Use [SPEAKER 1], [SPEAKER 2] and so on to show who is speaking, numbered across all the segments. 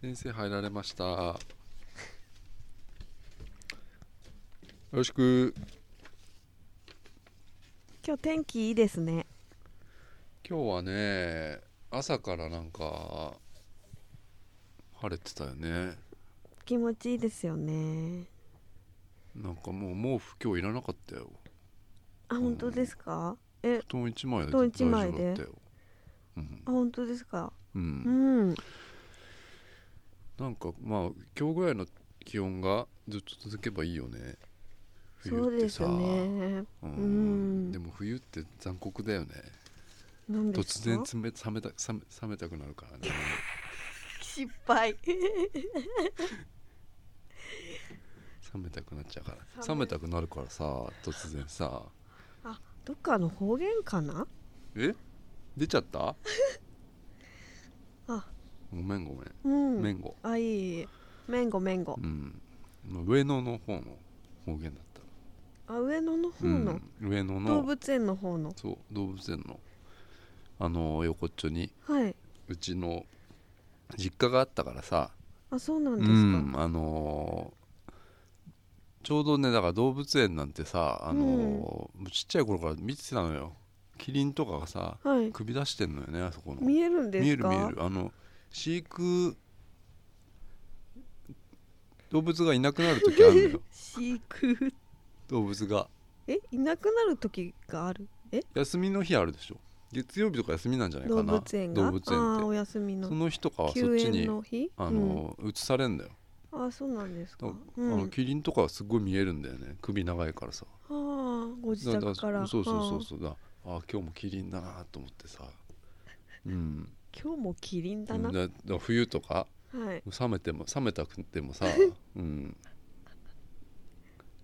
[SPEAKER 1] 先生入られましたよろしく
[SPEAKER 2] 今日天気いいですね
[SPEAKER 1] 今日はね朝からなんか晴れてたよね
[SPEAKER 2] 気持ちいいですよね
[SPEAKER 1] なんかもう毛布今日いらなかったよ
[SPEAKER 2] あ
[SPEAKER 1] ん
[SPEAKER 2] 本当ですかえ
[SPEAKER 1] 布団1枚で
[SPEAKER 2] 布団
[SPEAKER 1] 大
[SPEAKER 2] 一
[SPEAKER 1] 丈
[SPEAKER 2] 枚
[SPEAKER 1] 夫だ
[SPEAKER 2] で
[SPEAKER 1] ったようん
[SPEAKER 2] あ本当ですか
[SPEAKER 1] う、
[SPEAKER 2] うんん
[SPEAKER 1] なんかまあ今日ぐらいの気温がずっと続けばいいよね
[SPEAKER 2] そう
[SPEAKER 1] 冬って
[SPEAKER 2] です
[SPEAKER 1] さう
[SPEAKER 2] ね
[SPEAKER 1] ん
[SPEAKER 2] うん
[SPEAKER 1] でも冬って残酷だよね
[SPEAKER 2] なんです
[SPEAKER 1] 突
[SPEAKER 2] か
[SPEAKER 1] 然冷め冷めた冷め冷めたくなるからね
[SPEAKER 2] 失敗
[SPEAKER 1] 冷めたくなっちゃうか
[SPEAKER 2] 冷
[SPEAKER 1] ら
[SPEAKER 2] め
[SPEAKER 1] 冷めたくなるからさ突然さ
[SPEAKER 2] どっかの方言かな
[SPEAKER 1] え出ちゃった
[SPEAKER 2] あ
[SPEAKER 1] ごめんごめん、
[SPEAKER 2] うん
[SPEAKER 1] めんご
[SPEAKER 2] あいいめんごめんご
[SPEAKER 1] うんまあ上野の方の方言だった
[SPEAKER 2] あ上野の方の、
[SPEAKER 1] うん、上野の
[SPEAKER 2] 動物園の方の
[SPEAKER 1] そう動物園のあの横っちょに
[SPEAKER 2] はいう
[SPEAKER 1] ちの実家があったからさ
[SPEAKER 2] あそうなん
[SPEAKER 1] う
[SPEAKER 2] ですか、
[SPEAKER 1] んあのーちょうどねだから動物園なんてさあのーちっちゃい頃から見てたのよキリンとかがさ
[SPEAKER 2] はい
[SPEAKER 1] 首出してんのよねあそこの
[SPEAKER 2] 見えるんで
[SPEAKER 1] 見え
[SPEAKER 2] す
[SPEAKER 1] る見
[SPEAKER 2] か
[SPEAKER 1] えるあの飼育動物がいなくなる時ある のよ
[SPEAKER 2] 飼育
[SPEAKER 1] 動物が
[SPEAKER 2] えいなくなる時があるえ
[SPEAKER 1] 休みの日あるでしょ月曜日とか休みなんじゃないか
[SPEAKER 2] 動
[SPEAKER 1] な
[SPEAKER 2] 物園が
[SPEAKER 1] 動物園
[SPEAKER 2] あー
[SPEAKER 1] っ
[SPEAKER 2] お休み
[SPEAKER 1] てそ
[SPEAKER 2] の
[SPEAKER 1] の日とかはそっ
[SPEAKER 2] 休
[SPEAKER 1] ち
[SPEAKER 2] 園
[SPEAKER 1] に
[SPEAKER 2] の日
[SPEAKER 1] あの、移されんだよ
[SPEAKER 2] うん、あそうなんです
[SPEAKER 1] だ
[SPEAKER 2] か
[SPEAKER 1] か、
[SPEAKER 2] う
[SPEAKER 1] らあの
[SPEAKER 2] ん、
[SPEAKER 1] キリンとかはすごい見えるんだよね首長いからさ
[SPEAKER 2] あーご自
[SPEAKER 1] だ
[SPEAKER 2] 宅から
[SPEAKER 1] そうそうそ
[SPEAKER 2] あ
[SPEAKER 1] う
[SPEAKER 2] ー
[SPEAKER 1] そうだあー今日もキリンだなと思 ってさうん
[SPEAKER 2] 今日もキリンだな、
[SPEAKER 1] だだ冬とか
[SPEAKER 2] はい
[SPEAKER 1] 冷めても冷めたくても さ、うん、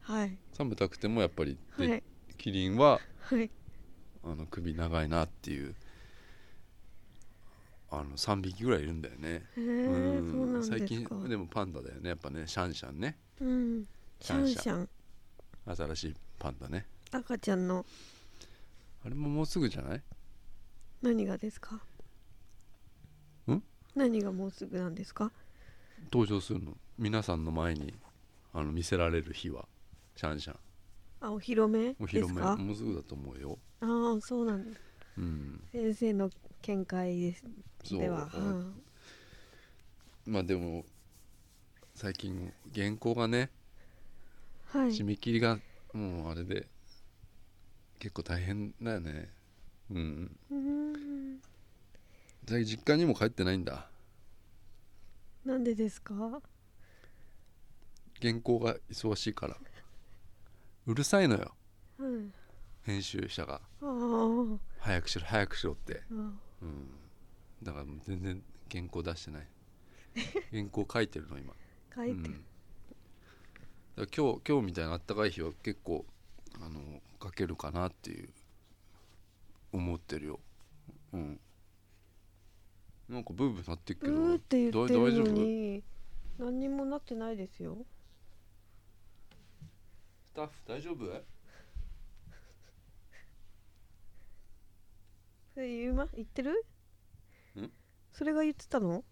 [SPEAKER 2] はい
[SPEAKER 1] 冷めたくてもやっぱりで
[SPEAKER 2] はい
[SPEAKER 1] キリンは
[SPEAKER 2] はい
[SPEAKER 1] あの首長いなっていうあの3匹ぐらいいるんだよね、
[SPEAKER 2] へえ
[SPEAKER 1] うん
[SPEAKER 2] そうなんですか
[SPEAKER 1] 最近でもパンダだよねやっぱねシャンシャンね
[SPEAKER 2] うんシャンシャン
[SPEAKER 1] 新しいパンダね
[SPEAKER 2] 赤ちゃんの
[SPEAKER 1] あれももうすぐじゃない
[SPEAKER 2] 何がですか
[SPEAKER 1] ん
[SPEAKER 2] 何がもうすぐなんですか
[SPEAKER 1] 登場するの皆さんの前にあの見せられる日はシャンシャン
[SPEAKER 2] あお披露目
[SPEAKER 1] お披
[SPEAKER 2] で
[SPEAKER 1] 露
[SPEAKER 2] す
[SPEAKER 1] 目
[SPEAKER 2] か
[SPEAKER 1] もうすぐだと思うよ
[SPEAKER 2] ああそうなんです
[SPEAKER 1] うん
[SPEAKER 2] 先生の見解です
[SPEAKER 1] そう
[SPEAKER 2] では、うん
[SPEAKER 1] まあでも最近原稿がね
[SPEAKER 2] はい
[SPEAKER 1] 締め切りがもうあれで結構大変だよねうん
[SPEAKER 2] うーん
[SPEAKER 1] 最近実家にも帰ってないんだ
[SPEAKER 2] なんでですか
[SPEAKER 1] 原稿が忙しいからうるさいのよ
[SPEAKER 2] うん
[SPEAKER 1] 編集者が
[SPEAKER 2] あー
[SPEAKER 1] 早くしろ早くしろってう
[SPEAKER 2] あ
[SPEAKER 1] んだからもう全然原稿出してない原稿書いてるの今
[SPEAKER 2] ー書いて
[SPEAKER 1] うん、だから今日今日みたいなあったかい日は結構あの書けるかなっていう思ってるようんなんかブーブーなってっけ
[SPEAKER 2] う
[SPEAKER 1] ど
[SPEAKER 2] ーって言って
[SPEAKER 1] だい
[SPEAKER 2] る
[SPEAKER 1] 大丈
[SPEAKER 2] の
[SPEAKER 1] 夫ス
[SPEAKER 2] に何にもなってないですよ
[SPEAKER 1] タッフ大丈夫
[SPEAKER 2] それ言いま言ってる
[SPEAKER 1] ん
[SPEAKER 2] それが言ってたの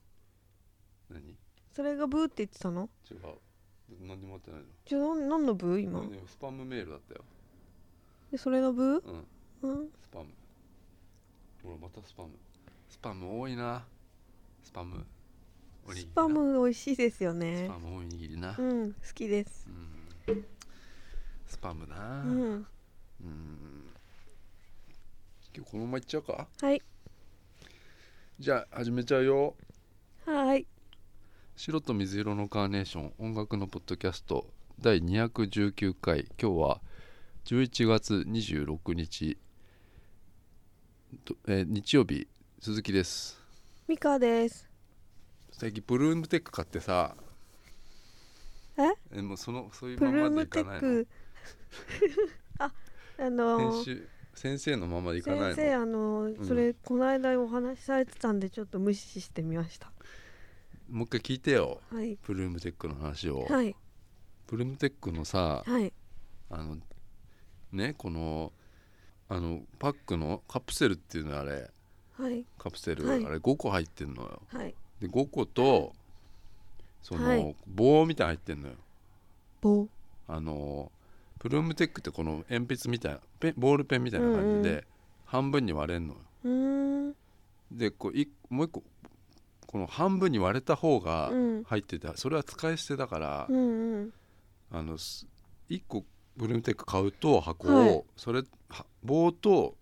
[SPEAKER 1] 何違う
[SPEAKER 2] それがブーって言ってたの
[SPEAKER 1] 何にもあってないの
[SPEAKER 2] じゃあ何のブー今
[SPEAKER 1] 何スパムメールだったよ
[SPEAKER 2] でそれのブ
[SPEAKER 1] うん
[SPEAKER 2] ーうん
[SPEAKER 1] スパムほらまたスパムスパム多いなスパムおにぎ
[SPEAKER 2] ス
[SPEAKER 1] りな
[SPEAKER 2] パム美味しいですよ
[SPEAKER 1] ス
[SPEAKER 2] ね
[SPEAKER 1] パムおにぎりな
[SPEAKER 2] うん好きです
[SPEAKER 1] うんスパムな
[SPEAKER 2] う
[SPEAKER 1] うん
[SPEAKER 2] ん
[SPEAKER 1] 今日このままいっちゃうか
[SPEAKER 2] はい
[SPEAKER 1] じゃあ始めちゃうよ
[SPEAKER 2] はーい
[SPEAKER 1] 白と水色のカーネーション音楽のポッドキャスト第219回今日は11月26日とえー日曜日鈴木です
[SPEAKER 2] ミカです
[SPEAKER 1] 最近ブルームテック買ってさ
[SPEAKER 2] え
[SPEAKER 1] えもうそのそういう
[SPEAKER 2] プル
[SPEAKER 1] ま
[SPEAKER 2] ー
[SPEAKER 1] まで
[SPEAKER 2] ム
[SPEAKER 1] い
[SPEAKER 2] テ
[SPEAKER 1] かな
[SPEAKER 2] ッ
[SPEAKER 1] いの
[SPEAKER 2] クああの
[SPEAKER 1] 先
[SPEAKER 2] ー
[SPEAKER 1] 週先生のままでいかないの
[SPEAKER 2] 先生あの
[SPEAKER 1] ん
[SPEAKER 2] それこの間お話しされてたんでちょっと無視してみました
[SPEAKER 1] もう一回聞いてよ
[SPEAKER 2] はい
[SPEAKER 1] ブルームテックの話を、
[SPEAKER 2] はい
[SPEAKER 1] ブルームテックのさ
[SPEAKER 2] はい
[SPEAKER 1] あのねこのあのパックのカプセルっていうのあれ
[SPEAKER 2] はい
[SPEAKER 1] カプセル、
[SPEAKER 2] はい
[SPEAKER 1] あれ5個入ってんのよ
[SPEAKER 2] はい
[SPEAKER 1] で5個とその、
[SPEAKER 2] はい
[SPEAKER 1] 棒みたいなの入ってんのよ
[SPEAKER 2] 棒
[SPEAKER 1] あのプルームテックってこの鉛筆みたいなペンボールペンみたいな感じ
[SPEAKER 2] うんう
[SPEAKER 1] で半分に割れんのよ
[SPEAKER 2] うーん
[SPEAKER 1] でこういもう一個この半分に割れた方が
[SPEAKER 2] うん
[SPEAKER 1] 入ってた、それは使い捨てだから、
[SPEAKER 2] うんうん
[SPEAKER 1] あのす一個ブルームテック買うと箱を、
[SPEAKER 2] はい
[SPEAKER 1] それは棒と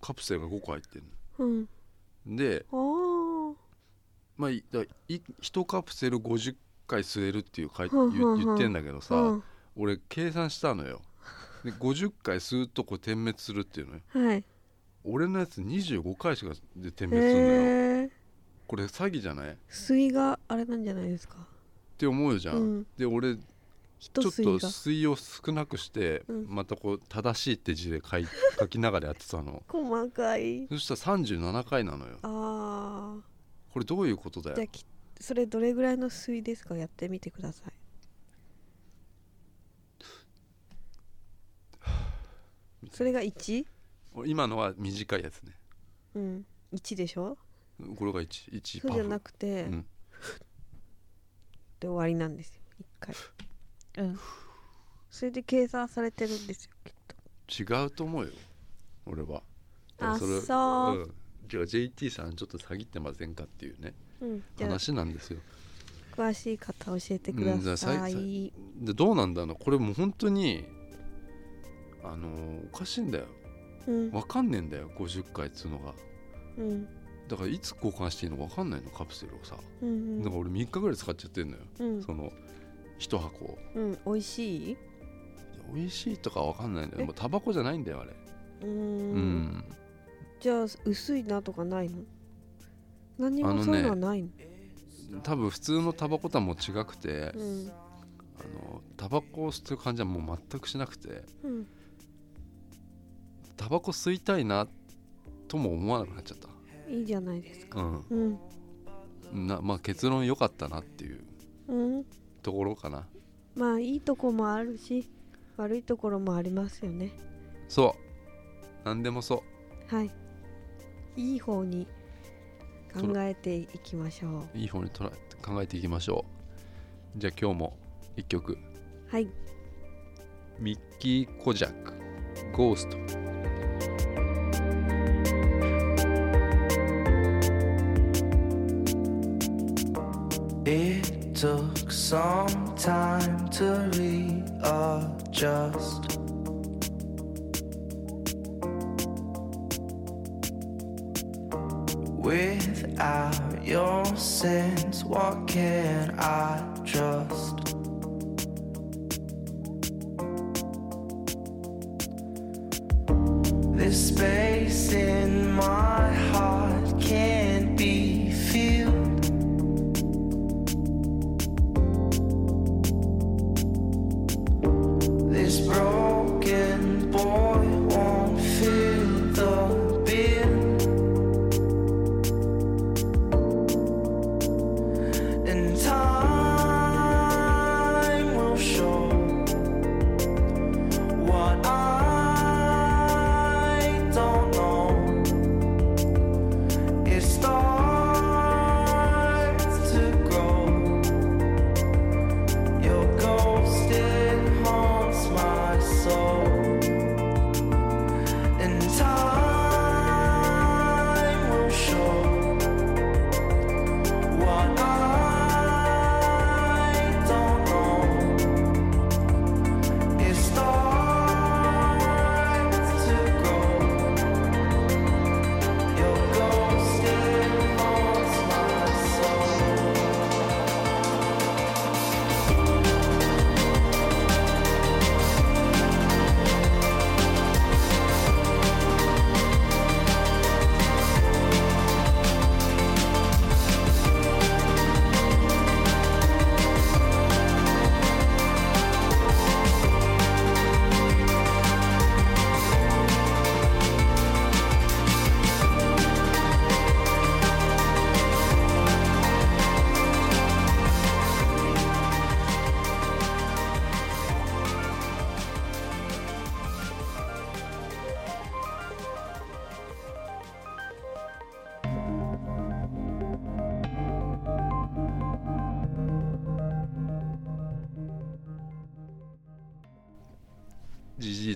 [SPEAKER 1] カプセルが5個入ってる
[SPEAKER 2] うん
[SPEAKER 1] ので、
[SPEAKER 2] あー
[SPEAKER 1] まあ、いだい1カプセル50回吸えるっていうかい
[SPEAKER 2] はあはあはあ
[SPEAKER 1] 言言ってんだけどさ、
[SPEAKER 2] うん
[SPEAKER 1] 俺計算したのよで50回吸うとこう点滅するっていうのよ
[SPEAKER 2] はい
[SPEAKER 1] 俺のやつ25回しかで点滅する
[SPEAKER 2] へ
[SPEAKER 1] のよ、
[SPEAKER 2] え
[SPEAKER 1] これ詐欺じゃないっ
[SPEAKER 2] 水があれなんじゃないですか
[SPEAKER 1] て思うじゃん、
[SPEAKER 2] うん
[SPEAKER 1] で俺ち
[SPEAKER 2] 一
[SPEAKER 1] ょっ
[SPEAKER 2] 水
[SPEAKER 1] と
[SPEAKER 2] が
[SPEAKER 1] 水を少なくして、
[SPEAKER 2] うん
[SPEAKER 1] またこう正しいって字で書い 書きながらやってたの
[SPEAKER 2] 細かい
[SPEAKER 1] そしたら37回なのよ
[SPEAKER 2] あ
[SPEAKER 1] これどういうことだ
[SPEAKER 2] ーじゃ
[SPEAKER 1] よ
[SPEAKER 2] あきそれどれぐらいの水ですかやってみてくださいそれが 1?
[SPEAKER 1] 俺今のは短いやつね
[SPEAKER 2] うん1でしょ
[SPEAKER 1] これが11
[SPEAKER 2] そう
[SPEAKER 1] パ
[SPEAKER 2] じゃな
[SPEAKER 1] フ
[SPEAKER 2] くて、
[SPEAKER 1] うん
[SPEAKER 2] で終わりなんですよ一回うんそれで計算されてるんですよきっと
[SPEAKER 1] 違うと思うよ俺は
[SPEAKER 2] あ
[SPEAKER 1] だから、
[SPEAKER 2] そうん
[SPEAKER 1] じゃあ JT さんちょっと詐欺ってませんかっていうね
[SPEAKER 2] うん、じゃあ
[SPEAKER 1] 話なんですよ
[SPEAKER 2] 詳しい方教えてく
[SPEAKER 1] うんじゃ
[SPEAKER 2] だ
[SPEAKER 1] あさい
[SPEAKER 2] さい、
[SPEAKER 1] さでどうなんだろうこれもう本当にあのーおかしいんだよ
[SPEAKER 2] うん
[SPEAKER 1] わかんねえんだよ50回っつうのが
[SPEAKER 2] うん
[SPEAKER 1] だからいつ交換していいのかわかんないのカプセルをさ、
[SPEAKER 2] うん
[SPEAKER 1] だから俺3日ぐらい使っちゃってんのよ、
[SPEAKER 2] うん
[SPEAKER 1] その1箱を
[SPEAKER 2] うん美味しい
[SPEAKER 1] 美味しいとかわかんないんだよ
[SPEAKER 2] え
[SPEAKER 1] もうタバコじゃないんだよあれ
[SPEAKER 2] うー
[SPEAKER 1] うんん
[SPEAKER 2] じゃあ薄いなとかないの何
[SPEAKER 1] あの
[SPEAKER 2] も
[SPEAKER 1] ね
[SPEAKER 2] そういうのはないの
[SPEAKER 1] 多分普通のタバコとはもう違くて、
[SPEAKER 2] うん
[SPEAKER 1] あのタバコを吸ってる感じはもう全くしなくて
[SPEAKER 2] うん
[SPEAKER 1] タバコ吸いたいなとも思わなくなっちゃっ
[SPEAKER 2] いいじゃないですか
[SPEAKER 1] た、うん
[SPEAKER 2] うん
[SPEAKER 1] なまあ結論良かったなっていう
[SPEAKER 2] うん
[SPEAKER 1] ところかな
[SPEAKER 2] まあいいとこもあるし悪いところもありますよね
[SPEAKER 1] そう何でもそ
[SPEAKER 2] はいいい方に考えていきましょ
[SPEAKER 1] ういい方に捉え考えていきましょうじゃあ今日も一曲
[SPEAKER 2] うはい
[SPEAKER 1] ミッキー・コジャック「ゴースト」
[SPEAKER 3] It took some time to readjust. Without your sense, what can I trust? This space in my heart can't be filled. This broken boy won't feel the bill. And time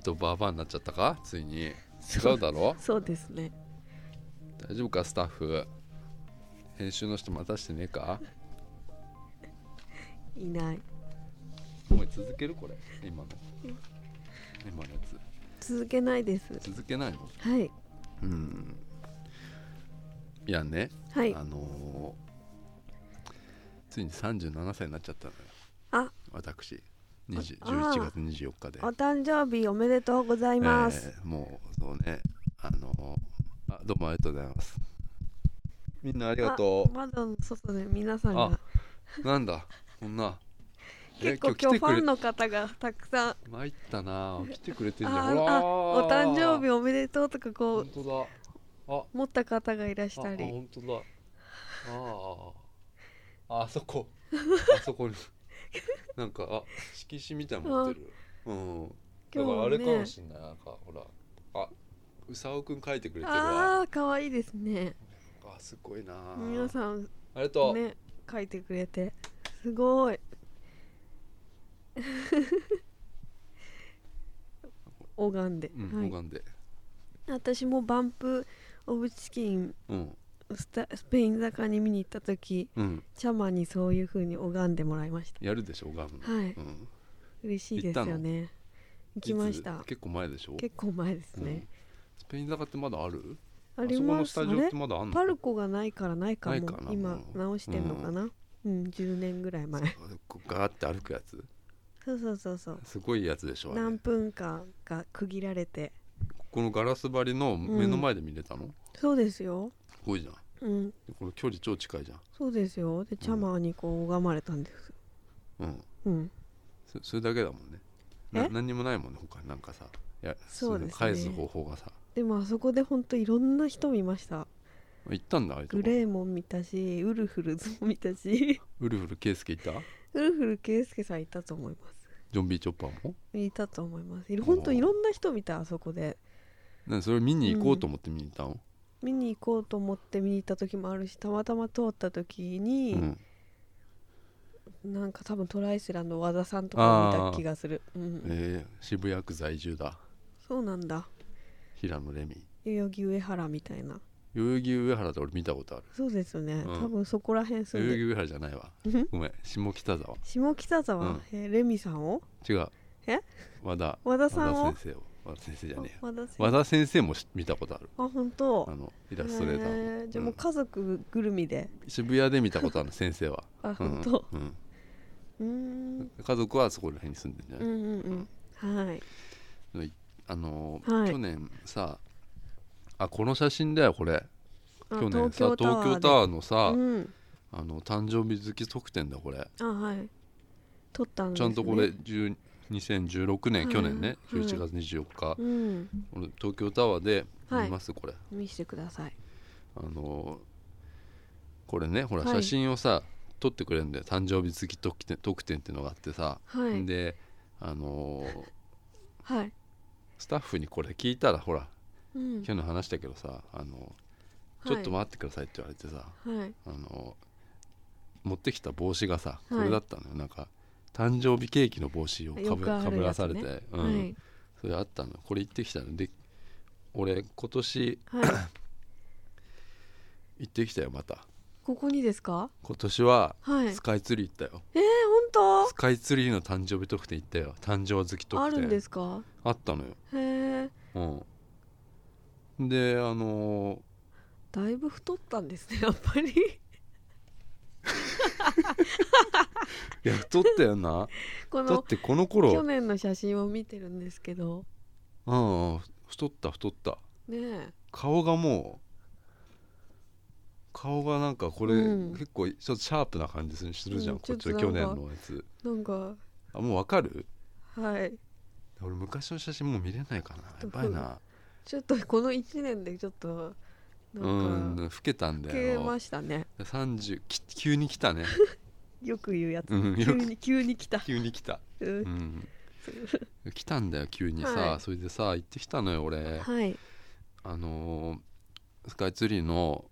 [SPEAKER 1] とバーバーになっちゃったかついに違うだろ
[SPEAKER 2] そうですね
[SPEAKER 1] 大丈夫かスタッフ編集の人待たしてねえか
[SPEAKER 2] いない
[SPEAKER 1] もう続けるこれ今の今のや
[SPEAKER 2] 続けないです
[SPEAKER 1] つ続けないの
[SPEAKER 2] はい
[SPEAKER 1] うんいやね、
[SPEAKER 2] はい
[SPEAKER 1] あのーついに37歳になっちゃったのよ
[SPEAKER 2] あ
[SPEAKER 1] 私20
[SPEAKER 2] ああ
[SPEAKER 1] 11月24日で
[SPEAKER 2] お誕生日おめでとうございます、
[SPEAKER 1] えーもうそうねあのーあどうもありがとうございますみんなありがと
[SPEAKER 2] あ窓の外で皆さんが
[SPEAKER 1] あうなんだこんなえ
[SPEAKER 2] 結構今日フ
[SPEAKER 1] 来てく
[SPEAKER 2] ァ
[SPEAKER 1] れ
[SPEAKER 2] ンの方がたくさん
[SPEAKER 1] 参ったなあ来てくれてんじゃ
[SPEAKER 2] あ
[SPEAKER 1] んほら
[SPEAKER 2] あお誕生日おめでとうとかこ
[SPEAKER 1] 本
[SPEAKER 2] う
[SPEAKER 1] 当だあ
[SPEAKER 2] 持った方がいらし
[SPEAKER 1] あ
[SPEAKER 2] た
[SPEAKER 1] あ
[SPEAKER 2] り
[SPEAKER 1] 本当だあーああそ こあそこになんかあ色紙みたいなの持ってるうんだからあれかもしんないなんかほらあうさおくん書いてくれてるわ
[SPEAKER 2] ああ可愛いですね
[SPEAKER 1] あすごいなあ
[SPEAKER 2] 皆さん
[SPEAKER 1] ありがとう、
[SPEAKER 2] ね書いてくれてすごい 拝んで、
[SPEAKER 1] うん、
[SPEAKER 2] はい
[SPEAKER 1] 拝んで
[SPEAKER 2] 私もバンプ・オブ・チキン
[SPEAKER 1] うん
[SPEAKER 2] スタスペイン坂に見に行った時
[SPEAKER 1] うん
[SPEAKER 2] チャマにそういう風に拝んでもらいました
[SPEAKER 1] やるでしょ拝むの、
[SPEAKER 2] はい
[SPEAKER 1] うん、
[SPEAKER 2] 嬉しいですよね行きました
[SPEAKER 1] いつ結構前でしょ
[SPEAKER 2] 結構前です
[SPEAKER 1] う
[SPEAKER 2] ね
[SPEAKER 1] ん、スペイン坂ってまだある
[SPEAKER 2] あります
[SPEAKER 1] そこのスタ
[SPEAKER 2] あ
[SPEAKER 1] ジオっ
[SPEAKER 2] れ
[SPEAKER 1] てまだあんの
[SPEAKER 2] パルコがないからないかも
[SPEAKER 1] ないかな
[SPEAKER 2] 今
[SPEAKER 1] もう
[SPEAKER 2] 直してんのかなうん、10年ぐらい前
[SPEAKER 1] こうガーって歩くやつ
[SPEAKER 2] そうそうそうそう
[SPEAKER 1] すごいやつでしょあれ
[SPEAKER 2] 何分間か区切られて
[SPEAKER 1] ここのガラス張りの目の前で見れたの、す
[SPEAKER 2] そうですよ
[SPEAKER 1] ごいじゃん
[SPEAKER 2] うん
[SPEAKER 1] でこの距離超近いじゃん
[SPEAKER 2] そうですよでチャマにこう拝まれたんです
[SPEAKER 1] うん
[SPEAKER 2] うん
[SPEAKER 1] そそれだけだもんねな
[SPEAKER 2] え
[SPEAKER 1] 何にもないもんね他になんかさいや
[SPEAKER 2] そうですね
[SPEAKER 1] 返す方法がさ
[SPEAKER 2] でもあそこでほんといろんな人見ました
[SPEAKER 1] 行ったんだああいうと
[SPEAKER 2] グ
[SPEAKER 1] こ
[SPEAKER 2] レーも見たしウルフルズも見たし
[SPEAKER 1] ウルフル圭介いた
[SPEAKER 2] ウルフル圭介さんいたと思います
[SPEAKER 1] ジョンビーチョッパーも
[SPEAKER 2] いたと思いますいろほんといろんな人見たあそこで
[SPEAKER 1] なんでそれ見に行こうと思って見に行ったの、
[SPEAKER 2] 見に行こうと思って見に行った時もあるしたまたま通った時
[SPEAKER 1] うん
[SPEAKER 2] に、なんか多分トライスラの和田さんとかを見た気がする、うん、
[SPEAKER 1] えー渋谷区在住だ
[SPEAKER 2] そうなんだ
[SPEAKER 1] 平野レミ
[SPEAKER 2] 代々木上原みたいな
[SPEAKER 1] 代々木上原って俺見たことある
[SPEAKER 2] そうですよね、
[SPEAKER 1] うん
[SPEAKER 2] 多分そこら辺住
[SPEAKER 1] 代々
[SPEAKER 2] んで
[SPEAKER 1] 木上原じゃないわ
[SPEAKER 2] うん
[SPEAKER 1] ごめん下北沢
[SPEAKER 2] 下北沢、
[SPEAKER 1] うん
[SPEAKER 2] えレミさんを
[SPEAKER 1] 違う
[SPEAKER 2] え
[SPEAKER 1] 和田
[SPEAKER 2] 和田さんを
[SPEAKER 1] 和田先生を和田先生じゃねえや
[SPEAKER 2] 和田先生
[SPEAKER 1] 和田先生もし見たことある
[SPEAKER 2] あ本当
[SPEAKER 1] あのイラストレーター
[SPEAKER 2] へ
[SPEAKER 1] の
[SPEAKER 2] じゃあもううん家族ぐるみで、
[SPEAKER 1] 渋谷で見たことある先生は
[SPEAKER 2] あ
[SPEAKER 1] うん
[SPEAKER 2] 本当
[SPEAKER 1] うん
[SPEAKER 2] うーん
[SPEAKER 1] 家族はそこら辺に住んでるんじゃ
[SPEAKER 2] う
[SPEAKER 1] ない、
[SPEAKER 2] んうんうんはい
[SPEAKER 1] あのー
[SPEAKER 2] はい
[SPEAKER 1] 去年さあこの写真だよこれ
[SPEAKER 2] あ
[SPEAKER 1] 去年さ東京タ
[SPEAKER 2] で
[SPEAKER 1] ワーのさ、
[SPEAKER 2] うん
[SPEAKER 1] あの誕生日月特典だこれ、
[SPEAKER 2] あはい撮ったんです、
[SPEAKER 1] ちゃ
[SPEAKER 2] ね、
[SPEAKER 1] んとこれ10 2016年、
[SPEAKER 2] はい
[SPEAKER 1] 去年ね
[SPEAKER 2] はい
[SPEAKER 1] 11月24日、
[SPEAKER 2] うん
[SPEAKER 1] この東京タワーで
[SPEAKER 2] はい
[SPEAKER 1] 見ます、これ
[SPEAKER 2] 見せてください
[SPEAKER 1] あのーこれねほら
[SPEAKER 2] はい
[SPEAKER 1] 写真をさ、撮ってくれるんだよ誕生日月特典特典っていうのがあってさ、
[SPEAKER 2] はい
[SPEAKER 1] であのー
[SPEAKER 2] はい
[SPEAKER 1] スタッフにこれ聞いたらほら
[SPEAKER 2] うん
[SPEAKER 1] 去年話したけどさあのちょっと
[SPEAKER 2] は
[SPEAKER 1] 待ってくださいって言われてさ、
[SPEAKER 2] い、はい、
[SPEAKER 1] あの持ってきた帽子がさ
[SPEAKER 2] はい
[SPEAKER 1] これだったのよ、なんか誕生日ケーキの帽子をか
[SPEAKER 2] よ
[SPEAKER 1] ぶ
[SPEAKER 2] くある
[SPEAKER 1] かぶらされ
[SPEAKER 2] や
[SPEAKER 1] て、うん
[SPEAKER 2] はい
[SPEAKER 1] それあったのこれ行ってきたので俺今年
[SPEAKER 2] はい
[SPEAKER 1] 行ってきたよまた
[SPEAKER 2] ここにですか
[SPEAKER 1] 今年は
[SPEAKER 2] はい
[SPEAKER 1] スカイツリー行ったよ、
[SPEAKER 2] えー、本
[SPEAKER 1] スカイツリーの誕生日特典行ったよ誕生月特
[SPEAKER 2] 当
[SPEAKER 1] 典
[SPEAKER 2] あるんですか
[SPEAKER 1] あったのよ
[SPEAKER 2] へえ
[SPEAKER 1] うんであのー
[SPEAKER 2] だいぶ太ったんですねやっぱり
[SPEAKER 1] いや太ったよ な
[SPEAKER 2] こ
[SPEAKER 1] だっ
[SPEAKER 2] の
[SPEAKER 1] てこの
[SPEAKER 2] 去
[SPEAKER 1] 頃
[SPEAKER 2] 年の写真を見てるんですけど
[SPEAKER 1] うんうん太った太った
[SPEAKER 2] ねえ
[SPEAKER 1] 顔がもう顔がなんかこれ、
[SPEAKER 2] うん
[SPEAKER 1] 結構ちょっとシャープな感じするするじゃん、
[SPEAKER 2] うん
[SPEAKER 1] こっち
[SPEAKER 2] ちょ
[SPEAKER 1] の
[SPEAKER 2] っと
[SPEAKER 1] 去
[SPEAKER 2] なんか
[SPEAKER 1] 年のやつ
[SPEAKER 2] なんか
[SPEAKER 1] あもうわかる
[SPEAKER 2] はい
[SPEAKER 1] 俺昔の写真もう見れないかなやばいな
[SPEAKER 2] ちょっとこの1年でちょっとなんか
[SPEAKER 1] うん老けたん
[SPEAKER 2] 老
[SPEAKER 1] だ
[SPEAKER 2] け
[SPEAKER 1] よ
[SPEAKER 2] ましたね
[SPEAKER 1] 30き急に来た ね
[SPEAKER 2] よく言うやつ、
[SPEAKER 1] うんよ
[SPEAKER 2] 急
[SPEAKER 1] く
[SPEAKER 2] に急に来た、
[SPEAKER 1] 急に来た
[SPEAKER 2] う
[SPEAKER 1] うんん来たんだよ急にさ、
[SPEAKER 2] はい
[SPEAKER 1] それでさ行ってきたのよ俺
[SPEAKER 2] はい
[SPEAKER 1] あのースカイツリーの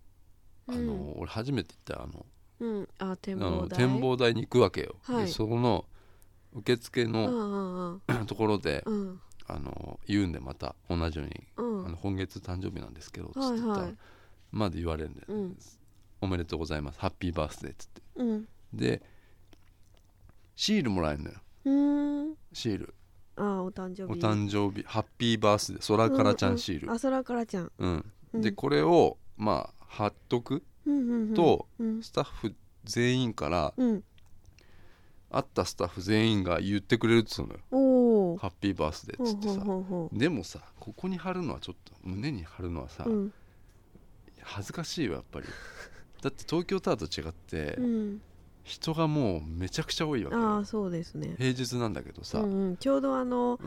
[SPEAKER 1] あのー
[SPEAKER 2] うん
[SPEAKER 1] 俺初めて行ったあの
[SPEAKER 2] うんあ展
[SPEAKER 1] あ
[SPEAKER 2] 望
[SPEAKER 1] の
[SPEAKER 2] 台
[SPEAKER 1] 展望台に行くわけよ、
[SPEAKER 2] はい
[SPEAKER 1] でその受付
[SPEAKER 2] うん
[SPEAKER 1] の
[SPEAKER 2] うんうん
[SPEAKER 1] ところで
[SPEAKER 2] うん
[SPEAKER 1] あの言うんでまた同じように、
[SPEAKER 2] うん
[SPEAKER 1] あの今月誕生日なんですけど」つって
[SPEAKER 2] はい
[SPEAKER 1] 言ったら、
[SPEAKER 2] はい
[SPEAKER 1] まで言われるんで、
[SPEAKER 2] うん
[SPEAKER 1] おめでとうございますハッピーバースデー」っつって
[SPEAKER 2] うん
[SPEAKER 1] でシールもらえるのよ
[SPEAKER 2] うーん
[SPEAKER 1] シール
[SPEAKER 2] ああお誕生
[SPEAKER 1] お
[SPEAKER 2] 日
[SPEAKER 1] 誕生日ハッピーバースデー空からちゃんシール
[SPEAKER 2] あそらからちゃん
[SPEAKER 1] うん、
[SPEAKER 2] うん
[SPEAKER 1] でこれをまあ貼っとく
[SPEAKER 2] うんうんうん
[SPEAKER 1] と
[SPEAKER 2] うん
[SPEAKER 1] スタッフ全員から
[SPEAKER 2] うん
[SPEAKER 1] 会ったスタッフ全員が言ってくれるっつうのよ
[SPEAKER 2] お
[SPEAKER 1] 「
[SPEAKER 2] お
[SPEAKER 1] ハッピーバースデー」っつってさ
[SPEAKER 2] うほ
[SPEAKER 1] でもさここに貼るのはちょっと胸に貼るのはさ、
[SPEAKER 2] うん
[SPEAKER 1] 恥ずかしいわやっ ぱりだって東京タワーと違って、
[SPEAKER 2] うん
[SPEAKER 1] 人がもうめちゃくちゃ多いわけ
[SPEAKER 2] ああ
[SPEAKER 1] よ
[SPEAKER 2] そうですね
[SPEAKER 1] 平日なんだけどさ、
[SPEAKER 2] う
[SPEAKER 1] うん
[SPEAKER 2] んうんちょうどあの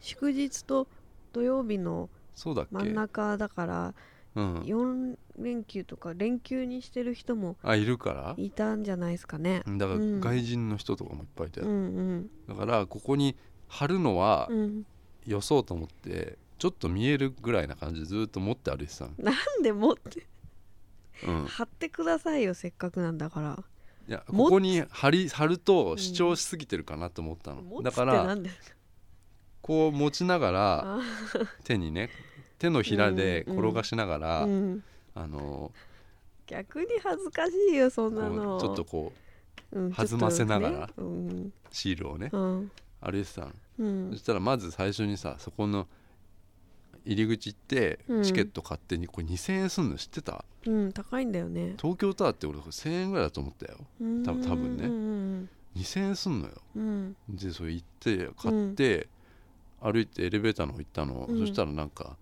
[SPEAKER 2] 祝日と土曜日の
[SPEAKER 1] そうだっけ
[SPEAKER 2] 真ん中だから
[SPEAKER 1] うん、
[SPEAKER 2] 4連休とか連休にしてる人も
[SPEAKER 1] あいるから
[SPEAKER 2] いたんじゃないですかね
[SPEAKER 1] だから
[SPEAKER 2] うん
[SPEAKER 1] 外人の人とかもいっぱいいて、
[SPEAKER 2] うんうん
[SPEAKER 1] だからここに貼るのは
[SPEAKER 2] うん
[SPEAKER 1] よそうと思ってちょっと見えるぐらいな感じでずっと持って歩いてたの、
[SPEAKER 2] なんで持って
[SPEAKER 1] うん、
[SPEAKER 2] 貼ってくださいよせっかくなんだから
[SPEAKER 1] いや
[SPEAKER 2] 持つ
[SPEAKER 1] ここに貼り貼ると主張しすぎてるかなと思ったの、
[SPEAKER 2] 持つ
[SPEAKER 1] だ
[SPEAKER 2] って
[SPEAKER 1] か
[SPEAKER 2] な
[SPEAKER 1] ら
[SPEAKER 2] んで
[SPEAKER 1] こう持ちながら
[SPEAKER 2] あ
[SPEAKER 1] 手にね手のひらで
[SPEAKER 2] うん
[SPEAKER 1] 転がしながら、
[SPEAKER 2] ーうん
[SPEAKER 1] あの
[SPEAKER 2] 逆に恥ずかしいよそんな
[SPEAKER 1] こ
[SPEAKER 2] の
[SPEAKER 1] うちょっとこう
[SPEAKER 2] うん
[SPEAKER 1] 弾ませながら
[SPEAKER 2] ちょっとね
[SPEAKER 1] シールをね
[SPEAKER 2] うん
[SPEAKER 1] 歩いてたの、
[SPEAKER 2] うん
[SPEAKER 1] そしたらまず最初にさそこの入り口行って
[SPEAKER 2] うん
[SPEAKER 1] チケット買ってにこれ2000円すんの知ってた
[SPEAKER 2] うん高いんだよね
[SPEAKER 1] 東京タワーって俺これ1000円ぐらいだと思ったよ
[SPEAKER 2] うん
[SPEAKER 1] 多分多分ね
[SPEAKER 2] うん
[SPEAKER 1] 2000円すんのよ
[SPEAKER 2] うんうん
[SPEAKER 1] でそれ行って買って、歩いてエレベーターの方行ったの、
[SPEAKER 2] うん
[SPEAKER 1] そしたらなんか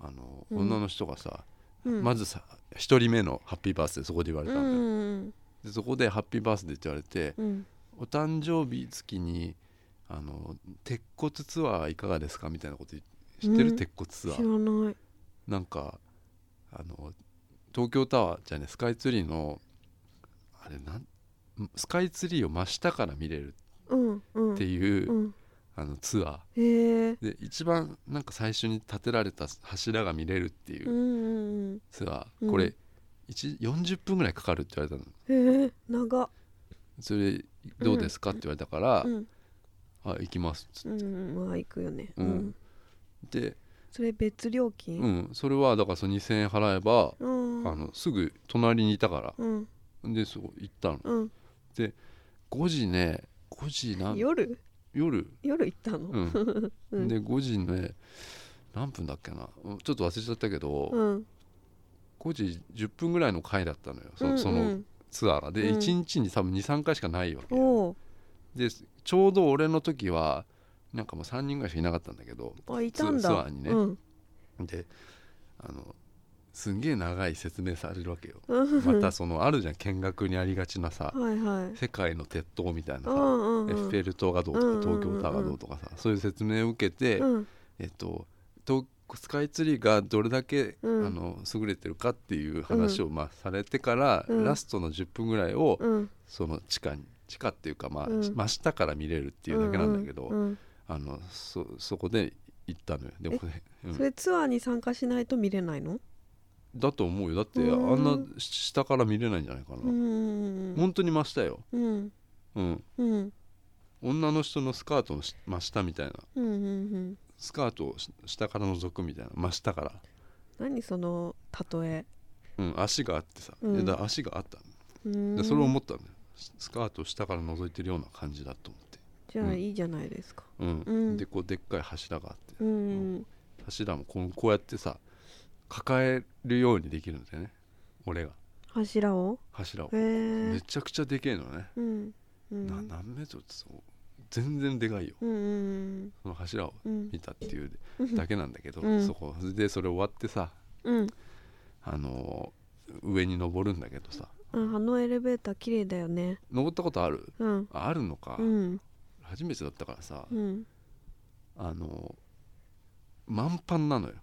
[SPEAKER 1] あの
[SPEAKER 2] うん
[SPEAKER 1] 女の人がさ、
[SPEAKER 2] うん
[SPEAKER 1] まずさ1人目の「ハッピーバースデー」そこで言われ
[SPEAKER 2] う
[SPEAKER 1] たんだよ、
[SPEAKER 2] ん
[SPEAKER 1] でそこで「ハッピーバースデー」って言われて
[SPEAKER 2] うん
[SPEAKER 1] 「お誕生日月にあの鉄骨ツアーいかがですか?」みたいなこと言って知ってる、
[SPEAKER 2] うん
[SPEAKER 1] 鉄骨ツア
[SPEAKER 2] 知ら
[SPEAKER 1] ー
[SPEAKER 2] ない
[SPEAKER 1] なんかあの東京タワーじゃねスカイツリーのあれなんスカイツリーを真下から見れる
[SPEAKER 2] うんうん
[SPEAKER 1] っていう、
[SPEAKER 2] うん
[SPEAKER 1] あのツアー
[SPEAKER 2] へえ
[SPEAKER 1] で一番なんか最初に建てられた柱が見れるってい
[SPEAKER 2] うん
[SPEAKER 1] う
[SPEAKER 2] うん
[SPEAKER 1] ツアー、
[SPEAKER 2] うん
[SPEAKER 1] これ一40分ぐらいかかるって言われたの
[SPEAKER 2] うんへえ長っ
[SPEAKER 1] それどうですかって言われたから「
[SPEAKER 2] うん
[SPEAKER 1] あ行きます」っつっ
[SPEAKER 2] うんまあ行くよね
[SPEAKER 1] う
[SPEAKER 2] うんん
[SPEAKER 1] て、
[SPEAKER 2] それ別料
[SPEAKER 1] う
[SPEAKER 2] 金
[SPEAKER 1] ん、それはだからその2,000円払えば、
[SPEAKER 2] うん
[SPEAKER 1] あのすぐ隣にいたから
[SPEAKER 2] うん
[SPEAKER 1] でそう行ったの
[SPEAKER 2] うん
[SPEAKER 1] 5時ね5時なん
[SPEAKER 2] 夜
[SPEAKER 1] 夜、
[SPEAKER 2] 夜行ったの
[SPEAKER 1] うん
[SPEAKER 2] うん
[SPEAKER 1] で5時ね何分だっけなうんちょっと忘れちゃったけど、
[SPEAKER 2] うん
[SPEAKER 1] 5時10分ぐらいの回だったのよそ,、
[SPEAKER 2] うん
[SPEAKER 1] そうの
[SPEAKER 2] ん
[SPEAKER 1] ツアーがで、
[SPEAKER 2] うん
[SPEAKER 1] 1日に多分23回しかないわけ
[SPEAKER 2] お
[SPEAKER 1] でちょうど俺の時はなんかもう3人ぐらいしかいなかったんだけど
[SPEAKER 2] おあいたんだ
[SPEAKER 1] ツアーにね
[SPEAKER 2] うん
[SPEAKER 1] であのすんげえ長い説明されるわけよ
[SPEAKER 2] うん
[SPEAKER 1] またそのあるじゃん見学にありがちなさ
[SPEAKER 2] はいはい
[SPEAKER 1] 世界の鉄塔みたいな
[SPEAKER 2] う
[SPEAKER 1] さ
[SPEAKER 2] んうん
[SPEAKER 1] エッフェル塔がどうと
[SPEAKER 2] うん
[SPEAKER 1] か
[SPEAKER 2] うん
[SPEAKER 1] 東京タワーがどうとかさそういう説明を受けて
[SPEAKER 2] うん
[SPEAKER 1] えっと東スカイツリーがどれだけあ
[SPEAKER 2] うん
[SPEAKER 1] の優れてるかっていう話をまあされてから
[SPEAKER 2] うん
[SPEAKER 1] ラストの10分ぐらいを
[SPEAKER 2] うん
[SPEAKER 1] その地下に地下っていうかまあ
[SPEAKER 2] うん
[SPEAKER 1] 真下から見れるっていうだけなんだけど
[SPEAKER 2] うんうん
[SPEAKER 1] あのそそこで行ったのよでもね、う
[SPEAKER 2] うん
[SPEAKER 1] ん
[SPEAKER 2] それツアーに参加しないと見れないの
[SPEAKER 1] だと思うよだってあ
[SPEAKER 2] うんん
[SPEAKER 1] な下から見れないんじゃないかな、
[SPEAKER 2] うん
[SPEAKER 1] 本当に真下よ、
[SPEAKER 2] うん
[SPEAKER 1] うん、
[SPEAKER 2] うん
[SPEAKER 1] 女の人のスカートのし真下みたいな
[SPEAKER 2] うんうんうん
[SPEAKER 1] スカートをし下から覗くみたいな真下から、
[SPEAKER 2] 何その例え
[SPEAKER 1] うん、足があってさ、
[SPEAKER 2] うん
[SPEAKER 1] でだから足があったの
[SPEAKER 2] うん
[SPEAKER 1] でそれを思ったのよススカートを下から覗いてるような感じだと思って、
[SPEAKER 2] じゃ
[SPEAKER 1] う
[SPEAKER 2] あ
[SPEAKER 1] ん
[SPEAKER 2] いいじゃないですか
[SPEAKER 1] うん
[SPEAKER 2] うん
[SPEAKER 1] でこうでっかい柱があって
[SPEAKER 2] うん
[SPEAKER 1] 柱もこうこうやってさ抱えるようにできるんだよね俺が
[SPEAKER 2] 柱を
[SPEAKER 1] 柱を
[SPEAKER 2] へ
[SPEAKER 1] め
[SPEAKER 2] え
[SPEAKER 1] ちゃくちゃでけえのね
[SPEAKER 2] うんうん
[SPEAKER 1] な何メートルってそう全然でかいよ
[SPEAKER 2] うんうん
[SPEAKER 1] その柱を
[SPEAKER 2] うん
[SPEAKER 1] 見たっていう
[SPEAKER 2] うん
[SPEAKER 1] だけなんだけど、
[SPEAKER 2] うん
[SPEAKER 1] そこでそれ終わってさ
[SPEAKER 2] うん
[SPEAKER 1] あのー上に登るんだけどさ
[SPEAKER 2] うんあのエレベーター綺麗だよね
[SPEAKER 1] 登ったことある
[SPEAKER 2] うん
[SPEAKER 1] ああるのか、
[SPEAKER 2] うん
[SPEAKER 1] 初めてだったからさ、
[SPEAKER 2] うん
[SPEAKER 1] あのー満帆なのよ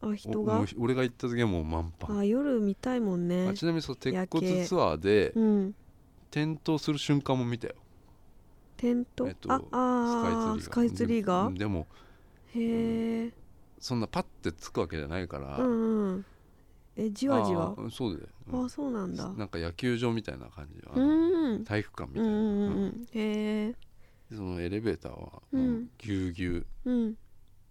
[SPEAKER 2] あ
[SPEAKER 1] お
[SPEAKER 2] 人が
[SPEAKER 1] もう俺が行った時はもう満帆、
[SPEAKER 2] あ夜見たいもんね
[SPEAKER 1] あちなみにその鉄
[SPEAKER 2] 夜
[SPEAKER 1] 骨
[SPEAKER 2] 景
[SPEAKER 1] ツアーで
[SPEAKER 2] うん
[SPEAKER 1] 転倒する瞬間も見たよ
[SPEAKER 2] テント
[SPEAKER 1] えっと
[SPEAKER 2] ああース
[SPEAKER 1] ス
[SPEAKER 2] カ
[SPEAKER 1] カイ
[SPEAKER 2] イ
[SPEAKER 1] ツ
[SPEAKER 2] ツ
[SPEAKER 1] リ
[SPEAKER 2] リ
[SPEAKER 1] ー
[SPEAKER 2] ー
[SPEAKER 1] が
[SPEAKER 2] が
[SPEAKER 1] うんでも
[SPEAKER 2] へえ
[SPEAKER 1] そんなパッてつくわけじゃないから、
[SPEAKER 2] うんうんえじわじわ
[SPEAKER 1] あーそうだよ、うん
[SPEAKER 2] あそうなんだ
[SPEAKER 1] なんか野球場みたいな感じあ
[SPEAKER 2] う
[SPEAKER 1] の
[SPEAKER 2] ん
[SPEAKER 1] 体育館み
[SPEAKER 2] う
[SPEAKER 1] たい
[SPEAKER 2] ん
[SPEAKER 1] な、
[SPEAKER 2] うん
[SPEAKER 1] う
[SPEAKER 2] うんんへえ
[SPEAKER 1] そのエレベーターは
[SPEAKER 2] うん
[SPEAKER 1] もうぎゅうぎゅう
[SPEAKER 2] うん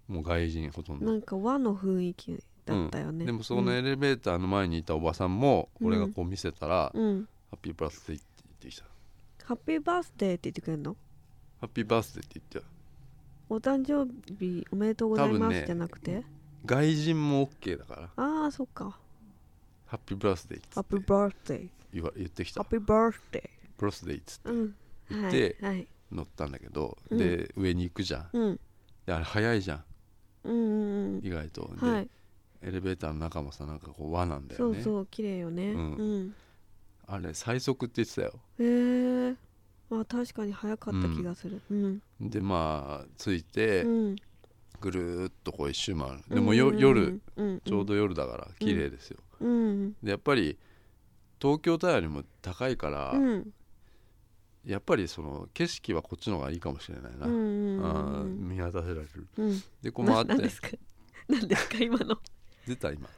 [SPEAKER 1] もう外人ほとんど
[SPEAKER 2] なんか和の雰囲気だったよね、
[SPEAKER 1] でもそのエレベーターの前にいたおばさんも
[SPEAKER 2] うん
[SPEAKER 1] 俺がこう見せたら「
[SPEAKER 2] うん、うん
[SPEAKER 1] ハッピーバースデー」って言ってきた「
[SPEAKER 2] ハッピーバースデーって言ってくれるの
[SPEAKER 1] ハッピーバースデー」って言って
[SPEAKER 2] お誕生日おめでとうござい
[SPEAKER 1] 多
[SPEAKER 2] ま
[SPEAKER 1] 分
[SPEAKER 2] す、
[SPEAKER 1] ね
[SPEAKER 2] じゃなくて
[SPEAKER 1] 外人も OK だから
[SPEAKER 2] ああそっか
[SPEAKER 1] 「ハッピーバースデー」っ
[SPEAKER 2] ハ
[SPEAKER 1] つ
[SPEAKER 2] ッピ
[SPEAKER 1] っ
[SPEAKER 2] ー
[SPEAKER 1] て
[SPEAKER 2] バースデー
[SPEAKER 1] 言わ言ってき
[SPEAKER 2] ハ
[SPEAKER 1] た
[SPEAKER 2] ッピーバースデ
[SPEAKER 1] 「ブロスデー」っつって
[SPEAKER 2] ーうん
[SPEAKER 1] 言
[SPEAKER 2] は
[SPEAKER 1] って
[SPEAKER 2] いはい
[SPEAKER 1] 乗ったんだけど、
[SPEAKER 2] うん
[SPEAKER 1] で上に行くじゃん
[SPEAKER 2] うん
[SPEAKER 1] であれ早いじゃん
[SPEAKER 2] うんうん
[SPEAKER 1] 意外と、
[SPEAKER 2] うんは
[SPEAKER 1] で
[SPEAKER 2] い
[SPEAKER 1] エレベーターの中もさなんかこう輪なんだ
[SPEAKER 2] そ
[SPEAKER 1] よ
[SPEAKER 2] う
[SPEAKER 1] ね
[SPEAKER 2] そう綺麗よね
[SPEAKER 1] う
[SPEAKER 2] うんん
[SPEAKER 1] あれ最速って言ってたよ
[SPEAKER 2] へえまあ確かに早かった気がするうん
[SPEAKER 1] でまあ着いて
[SPEAKER 2] うん
[SPEAKER 1] ぐるーっとこう一周回るでもよ、夜ちょう
[SPEAKER 2] ど
[SPEAKER 1] ど夜だから綺麗ですよ、
[SPEAKER 2] うん
[SPEAKER 1] でやっぱり東京タワーよりも高いから、
[SPEAKER 2] うん
[SPEAKER 1] やっぱりその景色はこっちの方がいいかもしれないな、
[SPEAKER 2] うんうんう
[SPEAKER 1] あー
[SPEAKER 2] ん
[SPEAKER 1] 見渡せられる
[SPEAKER 2] うん
[SPEAKER 1] でこう回
[SPEAKER 2] な
[SPEAKER 1] っ
[SPEAKER 2] なん
[SPEAKER 1] て
[SPEAKER 2] ですか なんですか今の
[SPEAKER 1] 出た今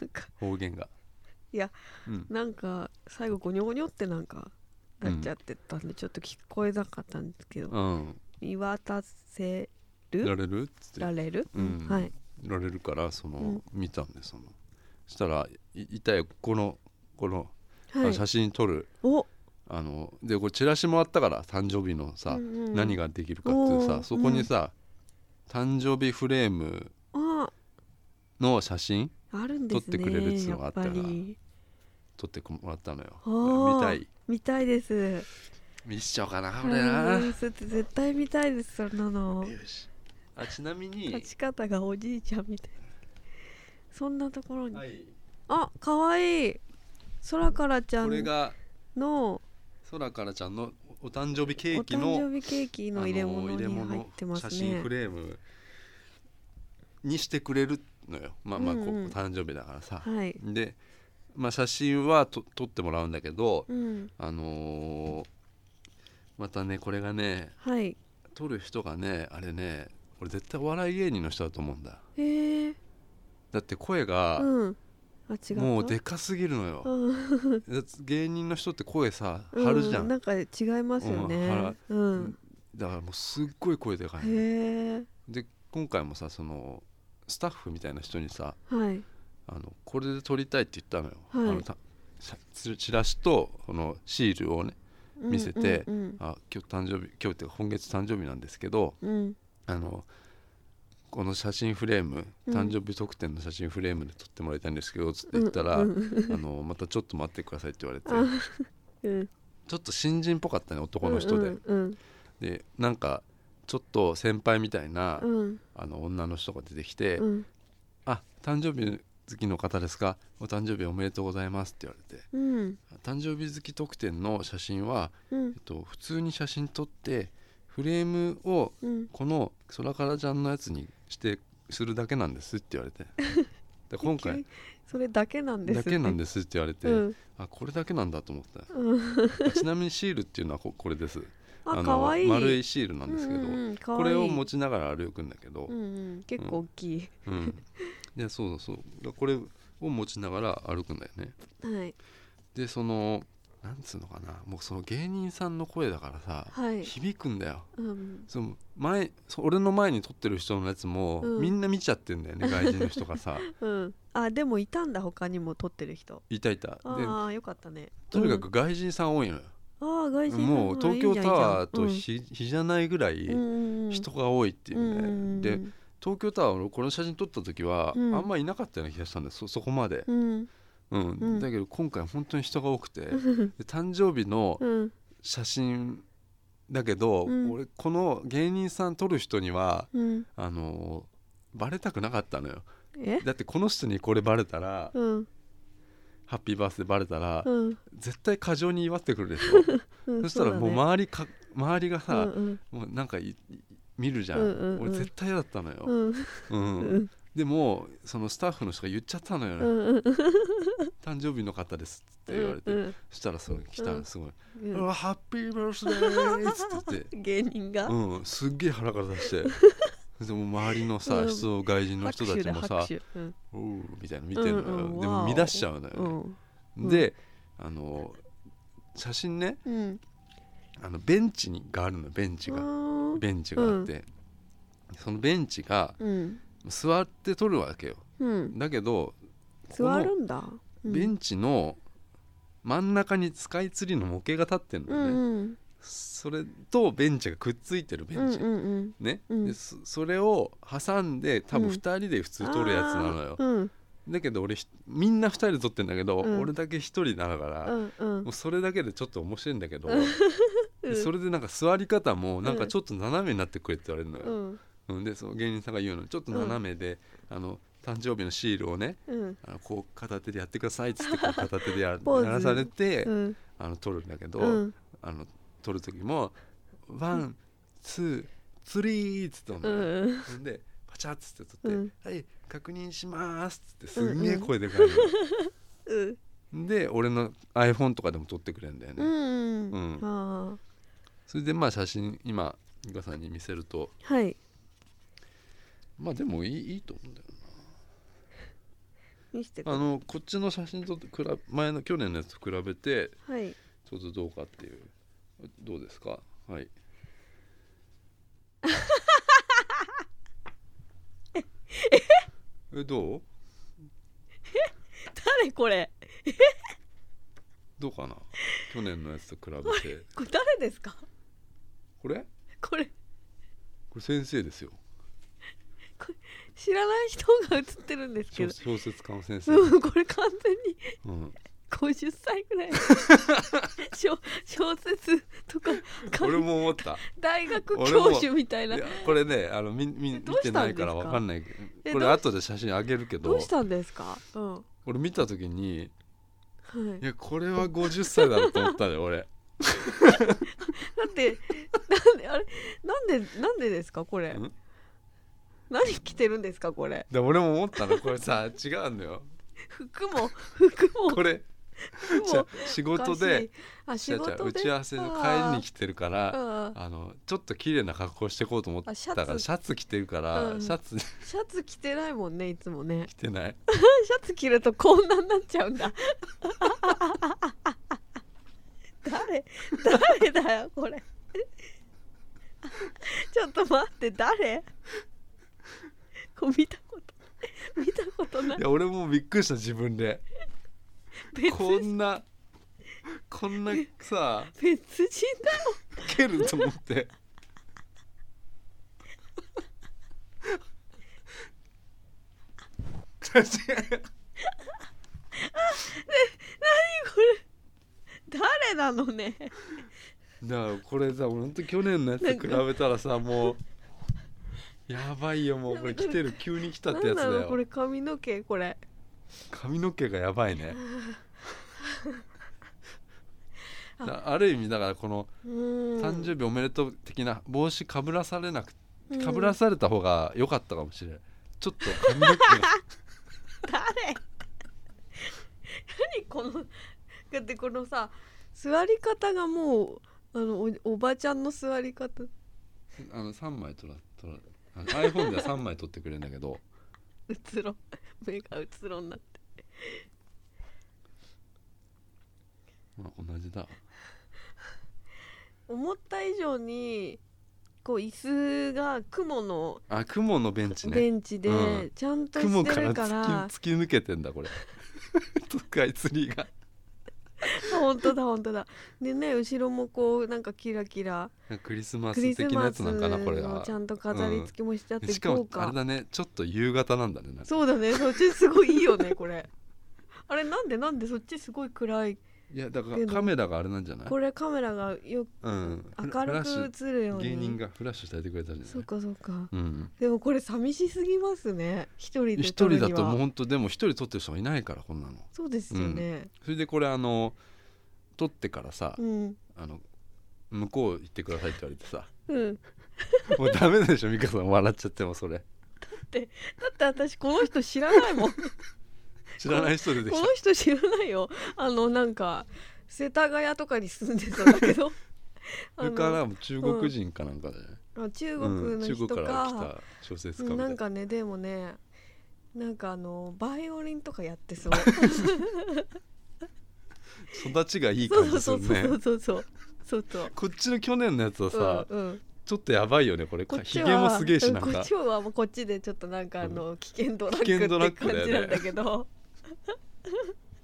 [SPEAKER 2] なんか
[SPEAKER 1] 方言が
[SPEAKER 2] いや、
[SPEAKER 1] うん、
[SPEAKER 2] なんか最後ゴニョゴニョってなんかなっちゃってたんで、ちょっと聞こえなかったんですけど、
[SPEAKER 1] うん、
[SPEAKER 2] 見渡せ
[SPEAKER 1] や
[SPEAKER 2] る
[SPEAKER 1] れるっつって
[SPEAKER 2] られる、
[SPEAKER 1] うん
[SPEAKER 2] はい
[SPEAKER 1] られるからその、
[SPEAKER 2] うん
[SPEAKER 1] 見たんでそのしたらいいたよこのこの,、あ
[SPEAKER 2] は
[SPEAKER 1] の
[SPEAKER 2] い
[SPEAKER 1] 写真撮る
[SPEAKER 2] お
[SPEAKER 1] あのでこれチラシもあったから誕生日のさ、
[SPEAKER 2] うんうん
[SPEAKER 1] 何ができるかっていう
[SPEAKER 2] お
[SPEAKER 1] さ
[SPEAKER 2] ー
[SPEAKER 1] そこにさ、誕生日フレーム
[SPEAKER 2] あ
[SPEAKER 1] の写真
[SPEAKER 2] あるんですね
[SPEAKER 1] 撮ってくれるっつうのがあったから
[SPEAKER 2] やぱり
[SPEAKER 1] 撮ってもらったの
[SPEAKER 2] あー
[SPEAKER 1] よ見たい
[SPEAKER 2] 見たいです
[SPEAKER 1] 見しちゃおうかな
[SPEAKER 2] あ
[SPEAKER 1] 俺な、よ
[SPEAKER 2] 絶対見たいですそんなの
[SPEAKER 1] しあちなみに
[SPEAKER 2] 立ち方がおじいちゃんみたいなそんなところに、
[SPEAKER 1] はい
[SPEAKER 2] あかわいい空からちゃ
[SPEAKER 1] これ
[SPEAKER 2] ん
[SPEAKER 1] が
[SPEAKER 2] の
[SPEAKER 1] 空からちゃんのお誕生日ケ
[SPEAKER 2] お
[SPEAKER 1] ーキの
[SPEAKER 2] 誕生日ケーキの入れ物
[SPEAKER 1] あの入れ
[SPEAKER 2] に入って
[SPEAKER 1] 物
[SPEAKER 2] ます
[SPEAKER 1] 写
[SPEAKER 2] ね
[SPEAKER 1] 真フレームにしてくれるのよまあまあこう、
[SPEAKER 2] うんうん
[SPEAKER 1] 誕生日だからさ、
[SPEAKER 2] はい。
[SPEAKER 1] で、まあ、写真はと撮ってもらうんだけど、
[SPEAKER 2] うん。
[SPEAKER 1] あのーまたねこれがね
[SPEAKER 2] はい。
[SPEAKER 1] 撮る人がねあれね俺絶対お笑い芸人の人だと思うんだ
[SPEAKER 2] えー。
[SPEAKER 1] だって声が
[SPEAKER 2] うん。あ、違う。
[SPEAKER 1] もうでかすぎるのよ、
[SPEAKER 2] うん。
[SPEAKER 1] だって芸人の人って声さ張るじゃん、
[SPEAKER 2] うなんか違いますよ
[SPEAKER 1] うん張
[SPEAKER 2] ね
[SPEAKER 1] る。
[SPEAKER 2] うん。
[SPEAKER 1] だからもうすっごい声でかいの
[SPEAKER 2] へえ。
[SPEAKER 1] で今回もさそのスタッフみたいな人にさ
[SPEAKER 2] はい。
[SPEAKER 1] あのこれで撮りたいって言ったのよ、
[SPEAKER 2] はい
[SPEAKER 1] あのたさチチラシとこのシールをね
[SPEAKER 2] うん
[SPEAKER 1] 見せて
[SPEAKER 2] うんうん
[SPEAKER 1] あ今日誕生日今日っていうか今月誕生日なんですけど
[SPEAKER 2] うん。
[SPEAKER 1] あのこの写真フレーム
[SPEAKER 2] うん
[SPEAKER 1] 誕生日特典の写真フレームで撮ってもらいたいんですけどつって言ったら、
[SPEAKER 2] うんうん
[SPEAKER 1] あのまたちょっと待ってくださいって言われて
[SPEAKER 2] あうん。
[SPEAKER 1] ちょっと新人っぽかったね男の人で、
[SPEAKER 2] うん。
[SPEAKER 1] でなんかちょっと先輩みたいな、
[SPEAKER 2] うんうん。
[SPEAKER 1] あの女の人が出てきて「
[SPEAKER 2] うん。
[SPEAKER 1] あ誕生日好きの方ですかお誕生日おめでとうございます」って言われて
[SPEAKER 2] うん。
[SPEAKER 1] 誕生日好き特典の写真は、
[SPEAKER 2] うん
[SPEAKER 1] えっ。と、普通に写真撮ってフレームを
[SPEAKER 2] うん。
[SPEAKER 1] この空からちゃんのやつにしてするだけなんですって言われ てで今回。
[SPEAKER 2] それだけなんです。
[SPEAKER 1] だけなん
[SPEAKER 2] で
[SPEAKER 1] ですって言われて、
[SPEAKER 2] うん。
[SPEAKER 1] あこれだけなんだと思った
[SPEAKER 2] うん。
[SPEAKER 1] あちなみにシールっていうのはここれです
[SPEAKER 2] あ、
[SPEAKER 1] の
[SPEAKER 2] 可愛い。
[SPEAKER 1] 丸いシールな
[SPEAKER 2] なん
[SPEAKER 1] ですけど、
[SPEAKER 2] ど
[SPEAKER 1] これを持
[SPEAKER 2] ち。
[SPEAKER 1] ちながら歩くんだけど、
[SPEAKER 2] うんうん。結構大きい。
[SPEAKER 1] うん、でそうそうそうこれを持ちながら歩くんだよね
[SPEAKER 2] はい。
[SPEAKER 1] でそのなんつうのかなもうその芸人さんの声だからさ、
[SPEAKER 2] はい。
[SPEAKER 1] 響くんだよ
[SPEAKER 2] うん。
[SPEAKER 1] その前そ俺の前に撮ってる人のやつも、
[SPEAKER 2] うん
[SPEAKER 1] みんな見ちゃってんだよ ね外人の人がさ
[SPEAKER 2] うん。あ、でもいたんだ他にも撮ってる人。
[SPEAKER 1] いたいたで
[SPEAKER 2] ああよかったね
[SPEAKER 1] とにかく外人さん多いのよ、
[SPEAKER 2] ああ外人
[SPEAKER 1] もう東京タワーと
[SPEAKER 2] 人
[SPEAKER 1] 比,、比じゃないぐらい人が多いっていうね、で東京タワーのこの写真撮った時は、
[SPEAKER 2] うん
[SPEAKER 1] あんまいなかったような気がしたんだよそそこまで、
[SPEAKER 2] うん
[SPEAKER 1] うん
[SPEAKER 2] うん
[SPEAKER 1] だけど今回本当に人が多 くて、
[SPEAKER 2] うん
[SPEAKER 1] で誕生日の
[SPEAKER 2] うん
[SPEAKER 1] 写真だけど、
[SPEAKER 2] うん
[SPEAKER 1] 俺この芸人さん撮る人には
[SPEAKER 2] うん
[SPEAKER 1] あのーバレたくなかったのよ
[SPEAKER 2] え
[SPEAKER 1] だってこの人にこれバレたら、
[SPEAKER 2] うん
[SPEAKER 1] ハッピーバースデーバレたら、
[SPEAKER 2] うん
[SPEAKER 1] 絶対過剰に祝ってくるでし ょ
[SPEAKER 2] うん
[SPEAKER 1] そしたらもう周りか周りが
[SPEAKER 2] そうだね
[SPEAKER 1] さ、もうなんかいい見るじゃん,、
[SPEAKER 2] うんうんうん
[SPEAKER 1] 俺絶対嫌だったの
[SPEAKER 2] う
[SPEAKER 1] よ、
[SPEAKER 2] ん
[SPEAKER 1] うん
[SPEAKER 2] うんうん
[SPEAKER 1] でもそのスタッフの人が言っちゃったのよ、
[SPEAKER 2] うんうんうん
[SPEAKER 1] 誕生日の方ですって言われて、
[SPEAKER 2] うん
[SPEAKER 1] そしたらその来たのすごい、
[SPEAKER 2] う
[SPEAKER 1] うんわハッピーバースデーっつって 言って
[SPEAKER 2] 芸人が
[SPEAKER 1] うん、すっげえ腹から出してでも周りのさ、
[SPEAKER 2] うん
[SPEAKER 1] 人外人の人
[SPEAKER 2] 拍
[SPEAKER 1] た
[SPEAKER 2] 手
[SPEAKER 1] ち
[SPEAKER 2] だ
[SPEAKER 1] もさ
[SPEAKER 2] 拍手うん
[SPEAKER 1] 「おう」みたいなの見てるのよ、
[SPEAKER 2] うんうん
[SPEAKER 1] で
[SPEAKER 2] わ
[SPEAKER 1] も
[SPEAKER 2] お
[SPEAKER 1] 見出しちゃうのよ
[SPEAKER 2] う
[SPEAKER 1] ね、
[SPEAKER 2] んうん
[SPEAKER 1] であの写真ね
[SPEAKER 2] うん
[SPEAKER 1] あのベンチにがあるのベンチが、
[SPEAKER 2] うん
[SPEAKER 1] ベンチがあって、そのベンチが
[SPEAKER 2] うん
[SPEAKER 1] 座って撮るわけよ
[SPEAKER 2] うん
[SPEAKER 1] だけど
[SPEAKER 2] 座るんだうん
[SPEAKER 1] ベンチの真ん中にスカイツリーの模型が立ってんの
[SPEAKER 2] う
[SPEAKER 1] よね、
[SPEAKER 2] んうん
[SPEAKER 1] それとベンチがくっついてるベ
[SPEAKER 2] うん
[SPEAKER 1] ンチ、
[SPEAKER 2] うんうん
[SPEAKER 1] ね、
[SPEAKER 2] うん
[SPEAKER 1] でそそれを挟んで多分
[SPEAKER 2] うん
[SPEAKER 1] 2人で普通撮るやつなのよ
[SPEAKER 2] あ、ーうん
[SPEAKER 1] だけど俺ひみんな2人で撮ってんだけど、
[SPEAKER 2] うん
[SPEAKER 1] 俺だけ1人なのから、
[SPEAKER 2] うんうん
[SPEAKER 1] もうそれだけでちょっと面白いんだけど、
[SPEAKER 2] うん
[SPEAKER 1] でそれでなんか座り方もなん
[SPEAKER 2] う
[SPEAKER 1] か
[SPEAKER 2] ん
[SPEAKER 1] ちょっと斜めになってくれって言われるの
[SPEAKER 2] う
[SPEAKER 1] よ、
[SPEAKER 2] ん
[SPEAKER 1] うんでその芸人さんが言うのちょっと斜めで、あの誕生日のシールをね
[SPEAKER 2] うん
[SPEAKER 1] あのこう片手でやってくださいっつ ってこう片手でや
[SPEAKER 2] ポーズ
[SPEAKER 1] やらされて、
[SPEAKER 2] うん
[SPEAKER 1] あの撮るんだけど、
[SPEAKER 2] うん
[SPEAKER 1] あの撮る時も「ワンツースリー」っつって撮る
[SPEAKER 2] う
[SPEAKER 1] のよ、
[SPEAKER 2] ん
[SPEAKER 1] ほんでパチャッつって撮って「
[SPEAKER 2] うん
[SPEAKER 1] はい確認します」っつってすんげえ声でかいのよ、
[SPEAKER 2] うん
[SPEAKER 1] で俺の iPhone とかでも撮ってくれるんだよね、
[SPEAKER 2] うん
[SPEAKER 1] うん
[SPEAKER 2] あ
[SPEAKER 1] それでまあ写真今美香さんに見せると
[SPEAKER 2] ーはい
[SPEAKER 1] まあでもいいいいと思うんだよ
[SPEAKER 2] 見せてく
[SPEAKER 1] なあのこっちの写真と比べ前の去年のやつと比べて
[SPEAKER 2] はい
[SPEAKER 1] ちょっとどうかっていうどうですか はいえどう
[SPEAKER 2] 誰これ
[SPEAKER 1] どうかな去年のやつと比べて
[SPEAKER 2] これ誰ですか
[SPEAKER 1] これ
[SPEAKER 2] これ
[SPEAKER 1] これ先生ですよ
[SPEAKER 2] 知らない人が映ってるんですけ
[SPEAKER 1] 小小
[SPEAKER 2] ど
[SPEAKER 1] 説家の先生、
[SPEAKER 2] うんこれ完全に
[SPEAKER 1] うん、
[SPEAKER 2] 50歳 ぐらい小小説とかか
[SPEAKER 1] 俺も思った
[SPEAKER 2] 大学教授みたい
[SPEAKER 1] い
[SPEAKER 2] な
[SPEAKER 1] やこれねあのみみ見
[SPEAKER 2] どうしたんで
[SPEAKER 1] てないか
[SPEAKER 2] すか
[SPEAKER 1] らわかんないけど
[SPEAKER 2] え
[SPEAKER 1] これ
[SPEAKER 2] どう
[SPEAKER 1] 後で写真あげるけ
[SPEAKER 2] ど
[SPEAKER 1] ど
[SPEAKER 2] うしたんですかうんは
[SPEAKER 1] 俺見た時に
[SPEAKER 2] い
[SPEAKER 1] いやこれは50歳だろうと思ったね俺
[SPEAKER 2] だってなんであれなんでなんでですかこれ
[SPEAKER 1] ん
[SPEAKER 2] 何着てるんですかこれ
[SPEAKER 1] で俺も思ったのこれさ違うんだよ
[SPEAKER 2] 服も服も
[SPEAKER 1] これ
[SPEAKER 2] 服
[SPEAKER 1] じゃあ
[SPEAKER 2] も
[SPEAKER 1] 仕事で
[SPEAKER 2] あ
[SPEAKER 1] じ
[SPEAKER 2] 仕
[SPEAKER 1] ゃあじゃあ
[SPEAKER 2] 事
[SPEAKER 1] 打
[SPEAKER 2] で
[SPEAKER 1] ち合わせの帰りに来てるから
[SPEAKER 2] あー
[SPEAKER 1] あのちょっと綺麗な格好してこうと思った
[SPEAKER 2] あシャツ
[SPEAKER 1] からシャツ着てるから、
[SPEAKER 2] うん
[SPEAKER 1] シャツ
[SPEAKER 2] シャツ着てないもんねいつもね
[SPEAKER 1] 着てない
[SPEAKER 2] シャツ着るとこんなになっちゃう んだ。誰誰だよこれ。 ちょっと待って誰こう見たこと見たことない
[SPEAKER 1] い。や俺もびっくりした自分で
[SPEAKER 2] 別
[SPEAKER 1] こんなこんなさ
[SPEAKER 2] 別人だよ。
[SPEAKER 1] 蹴ると思 って
[SPEAKER 2] 何これ誰なのね。
[SPEAKER 1] だからこれさほんと去年のやつと比べたらさもうやばいよもうこれ来てる急に来たってやつだ
[SPEAKER 2] 何なのこ
[SPEAKER 1] よ
[SPEAKER 2] れ髪の毛これ。
[SPEAKER 1] 髪の毛がやばい ねだある意味だからこの
[SPEAKER 2] うーん。
[SPEAKER 1] 30秒おめでとう的な帽子かぶらされなく
[SPEAKER 2] うん
[SPEAKER 1] かぶらされた方が良かったかもしれないちょっと髪の毛が
[SPEAKER 2] 誰何このだってこのさ座り方がもうあのおおばちゃんの座り方
[SPEAKER 1] あの3枚撮ら撮らあの iPhone では3枚撮ってくれるんだけど
[SPEAKER 2] うつろ目がうつろになって
[SPEAKER 1] ほら同じだ
[SPEAKER 2] 思った以上にこう椅子が雲の
[SPEAKER 1] あ雲のベンチ
[SPEAKER 2] ベ
[SPEAKER 1] ね
[SPEAKER 2] ンチで
[SPEAKER 1] うん
[SPEAKER 2] ちゃんと
[SPEAKER 1] 雲
[SPEAKER 2] し
[SPEAKER 1] か
[SPEAKER 2] て
[SPEAKER 1] ら
[SPEAKER 2] る
[SPEAKER 1] 突き
[SPEAKER 2] から,、
[SPEAKER 1] 突き抜けてんだこ れスカイツリーが
[SPEAKER 2] 本当だ本当だでね後ろもこうなんかキラキラ
[SPEAKER 1] クリスマ
[SPEAKER 2] ク
[SPEAKER 1] ス
[SPEAKER 2] リス
[SPEAKER 1] 的な
[SPEAKER 2] マ
[SPEAKER 1] や
[SPEAKER 2] ス
[SPEAKER 1] つなんかなこれ
[SPEAKER 2] の
[SPEAKER 1] は
[SPEAKER 2] ちゃんと飾り付けもしてあって
[SPEAKER 1] しかも
[SPEAKER 2] 豪
[SPEAKER 1] あ
[SPEAKER 2] 華
[SPEAKER 1] れだねちょっと夕方なんだねなんか
[SPEAKER 2] そうだねそっちすごいいいよねこれあれなんでなんでそっちすごい暗い
[SPEAKER 1] いやだか
[SPEAKER 2] け
[SPEAKER 1] ら
[SPEAKER 2] ど
[SPEAKER 1] カメラがあれなんじゃない
[SPEAKER 2] これカメラがよく
[SPEAKER 1] うん
[SPEAKER 2] 明るく映るように
[SPEAKER 1] 芸人がフラッシュしててくれたんじゃ
[SPEAKER 2] そ
[SPEAKER 1] ない
[SPEAKER 2] うかそうか
[SPEAKER 1] うん
[SPEAKER 2] でもこれ寂しすぎますね一人で
[SPEAKER 1] 一
[SPEAKER 2] 撮る
[SPEAKER 1] 人
[SPEAKER 2] には
[SPEAKER 1] だともうほんとでも一人撮ってる人はいないからこんなの
[SPEAKER 2] そうですよね
[SPEAKER 1] それでこれあの撮ってからさ
[SPEAKER 2] うん
[SPEAKER 1] あの向こう行ってくださいって言われてさ
[SPEAKER 2] うん
[SPEAKER 1] もうダメでしょ美香さん笑っちゃってもそれ
[SPEAKER 2] だって私この人知らな いもんこ
[SPEAKER 1] 知らない人出てき
[SPEAKER 2] の
[SPEAKER 1] た
[SPEAKER 2] 人知らないよあのなんか世田谷とかに住んでたんだけ ど
[SPEAKER 1] そ
[SPEAKER 2] あ
[SPEAKER 1] れか
[SPEAKER 2] の
[SPEAKER 1] ら中国人かなんかで、
[SPEAKER 2] あ中
[SPEAKER 1] う
[SPEAKER 2] 国
[SPEAKER 1] ん
[SPEAKER 2] の
[SPEAKER 1] 中
[SPEAKER 2] 人
[SPEAKER 1] 国から来
[SPEAKER 2] か
[SPEAKER 1] た小説
[SPEAKER 2] う
[SPEAKER 1] 家
[SPEAKER 2] ん
[SPEAKER 1] みた
[SPEAKER 2] ないん
[SPEAKER 1] な
[SPEAKER 2] かねでもねなんかあのバイオリンとかやってそう
[SPEAKER 1] 育ちがいい
[SPEAKER 2] そ
[SPEAKER 1] 感
[SPEAKER 2] う
[SPEAKER 1] じす
[SPEAKER 2] そ
[SPEAKER 1] る
[SPEAKER 2] うそう
[SPEAKER 1] ね
[SPEAKER 2] そうそうそうそうそう
[SPEAKER 1] こっちの去年のやつはさ、
[SPEAKER 2] うんうん
[SPEAKER 1] ちょっとやばいよねこれ
[SPEAKER 2] こっ
[SPEAKER 1] ひ
[SPEAKER 2] ち
[SPEAKER 1] げ
[SPEAKER 2] は
[SPEAKER 1] もすげえしなん
[SPEAKER 2] うんこ
[SPEAKER 1] か
[SPEAKER 2] っちはもうこっちでちょっとなんかあの、危険ドラッ
[SPEAKER 1] 危険ドラ
[SPEAKER 2] グっ
[SPEAKER 1] ッグ
[SPEAKER 2] て
[SPEAKER 1] だよね
[SPEAKER 2] 感じなんだけど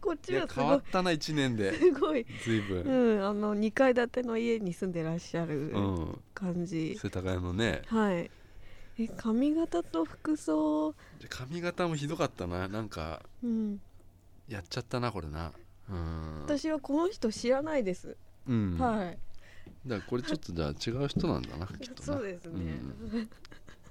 [SPEAKER 2] こっ
[SPEAKER 1] い
[SPEAKER 2] ち
[SPEAKER 1] や
[SPEAKER 2] はす
[SPEAKER 1] 変わっ
[SPEAKER 2] ご
[SPEAKER 1] たな1年で
[SPEAKER 2] すごい、
[SPEAKER 1] 随
[SPEAKER 2] う
[SPEAKER 1] 分
[SPEAKER 2] ん、あの2階建ての家に住んでらっしゃる
[SPEAKER 1] うん
[SPEAKER 2] 感じ、
[SPEAKER 1] 世田谷のね
[SPEAKER 2] はいえ髪型と服装、
[SPEAKER 1] で髪型もひどかったななんか
[SPEAKER 2] うん、
[SPEAKER 1] やっちゃったなこれなうん、
[SPEAKER 2] 私はこの人知らないです、
[SPEAKER 1] うん
[SPEAKER 2] はい
[SPEAKER 1] だからこれちょっとじゃあ違う人なんだなきっとな
[SPEAKER 2] そうですね、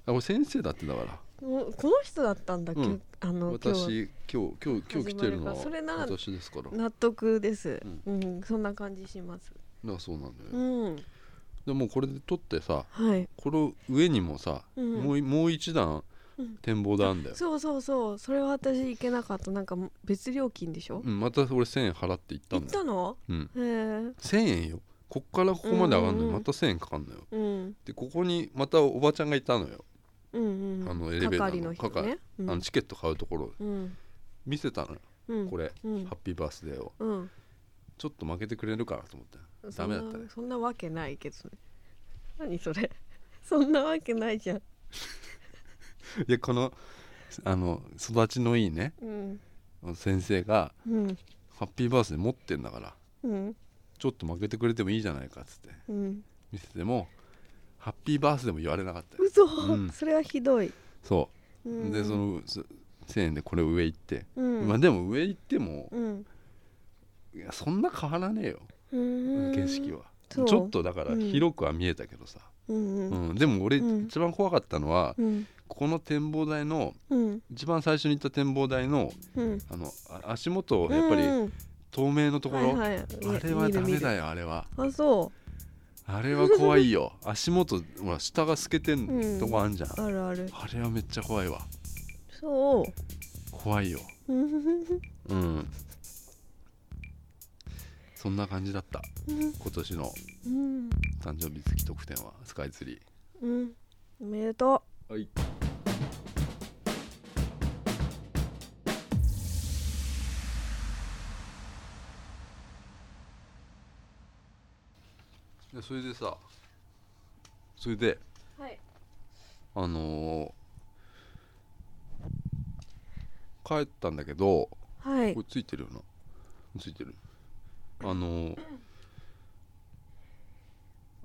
[SPEAKER 1] あこれ先生だってだから
[SPEAKER 2] もうこの人だったんだ、
[SPEAKER 1] うん
[SPEAKER 2] あの今日は
[SPEAKER 1] 私今日今日今日来てるのは
[SPEAKER 2] 始まるからそれなら
[SPEAKER 1] 私ですからだか
[SPEAKER 2] 納得です
[SPEAKER 1] うん、
[SPEAKER 2] うんそんな感じします
[SPEAKER 1] らそうなんだよ、
[SPEAKER 2] うん
[SPEAKER 1] でもこれで撮ってさ
[SPEAKER 2] はい、
[SPEAKER 1] この上にもさ、
[SPEAKER 2] うん
[SPEAKER 1] もういもう一段
[SPEAKER 2] うん
[SPEAKER 1] 展望台あんだよ、
[SPEAKER 2] そうそうそうそれは私行けなかったなんか別料金でしょ、
[SPEAKER 1] うん、また俺1000円払って行った
[SPEAKER 2] 行
[SPEAKER 1] ん
[SPEAKER 2] っ
[SPEAKER 1] だよ、
[SPEAKER 2] たの
[SPEAKER 1] うん、
[SPEAKER 2] へえ
[SPEAKER 1] 1000円よこっからここまで上がるの
[SPEAKER 2] う
[SPEAKER 1] に
[SPEAKER 2] んうんうん
[SPEAKER 1] また1000円かかんのよ
[SPEAKER 2] うん
[SPEAKER 1] でここにまたおばちゃんがいたのよ、
[SPEAKER 2] うんうん
[SPEAKER 1] あのエレベーターの
[SPEAKER 2] 係の人ねうん
[SPEAKER 1] あのチケット買うところ
[SPEAKER 2] うん
[SPEAKER 1] 見せたのよ、
[SPEAKER 2] うん
[SPEAKER 1] これ、
[SPEAKER 2] うん
[SPEAKER 1] ハッピーバースデーを
[SPEAKER 2] うん
[SPEAKER 1] ちょっと負けてくれるかなと思ってダメだったね
[SPEAKER 2] そんなそんなわけないけどね何それ そんなわけないじゃん
[SPEAKER 1] いやこのあの育ちのいいね
[SPEAKER 2] うん
[SPEAKER 1] 先生が
[SPEAKER 2] うん
[SPEAKER 1] ハッピーバースデー持ってんだから
[SPEAKER 2] うん
[SPEAKER 1] ちょっと負けてくれてもいいじゃないかっつって
[SPEAKER 2] うん
[SPEAKER 1] 見せてもハッピーバースデーも言われなかったよ
[SPEAKER 2] 嘘、
[SPEAKER 1] うん
[SPEAKER 2] それはひどい、
[SPEAKER 1] そうう、
[SPEAKER 2] ん、
[SPEAKER 1] でそのそ1000円でこれを上行って、
[SPEAKER 2] うん、
[SPEAKER 1] まあでも上行っても、
[SPEAKER 2] うん
[SPEAKER 1] いやそんな変わらねえよ、
[SPEAKER 2] うん
[SPEAKER 1] 景色はち
[SPEAKER 2] そう
[SPEAKER 1] ょっとだから
[SPEAKER 2] うん
[SPEAKER 1] 広くは見えたけどさ、
[SPEAKER 2] うん
[SPEAKER 1] う
[SPEAKER 2] うん
[SPEAKER 1] んでも俺
[SPEAKER 2] うん
[SPEAKER 1] 一番怖かったのは、
[SPEAKER 2] うん
[SPEAKER 1] ここの展望台の
[SPEAKER 2] うん
[SPEAKER 1] 一番最初に行った展望台の
[SPEAKER 2] うん
[SPEAKER 1] あのあ足元をやっぱり
[SPEAKER 2] うん
[SPEAKER 1] 透明のところ、
[SPEAKER 2] はいはい、
[SPEAKER 1] あれはダメだ
[SPEAKER 2] よ
[SPEAKER 1] よあれは
[SPEAKER 2] あそ
[SPEAKER 1] あれは怖い よ足元ほら下が透けて
[SPEAKER 2] うん
[SPEAKER 1] んとこあんじゃん、
[SPEAKER 2] うあるある
[SPEAKER 1] あれはめっちゃ怖いわ
[SPEAKER 2] そう
[SPEAKER 1] 怖いよ
[SPEAKER 2] うん
[SPEAKER 1] うんそんな感じだった今年の
[SPEAKER 2] うん
[SPEAKER 1] 誕生日月特典はスカイツリ
[SPEAKER 2] うんおめでと
[SPEAKER 1] ーはいでそれでさそれで
[SPEAKER 2] うはい
[SPEAKER 1] あのー帰ったんだけど
[SPEAKER 2] はい
[SPEAKER 1] これついてるよなついてるあのー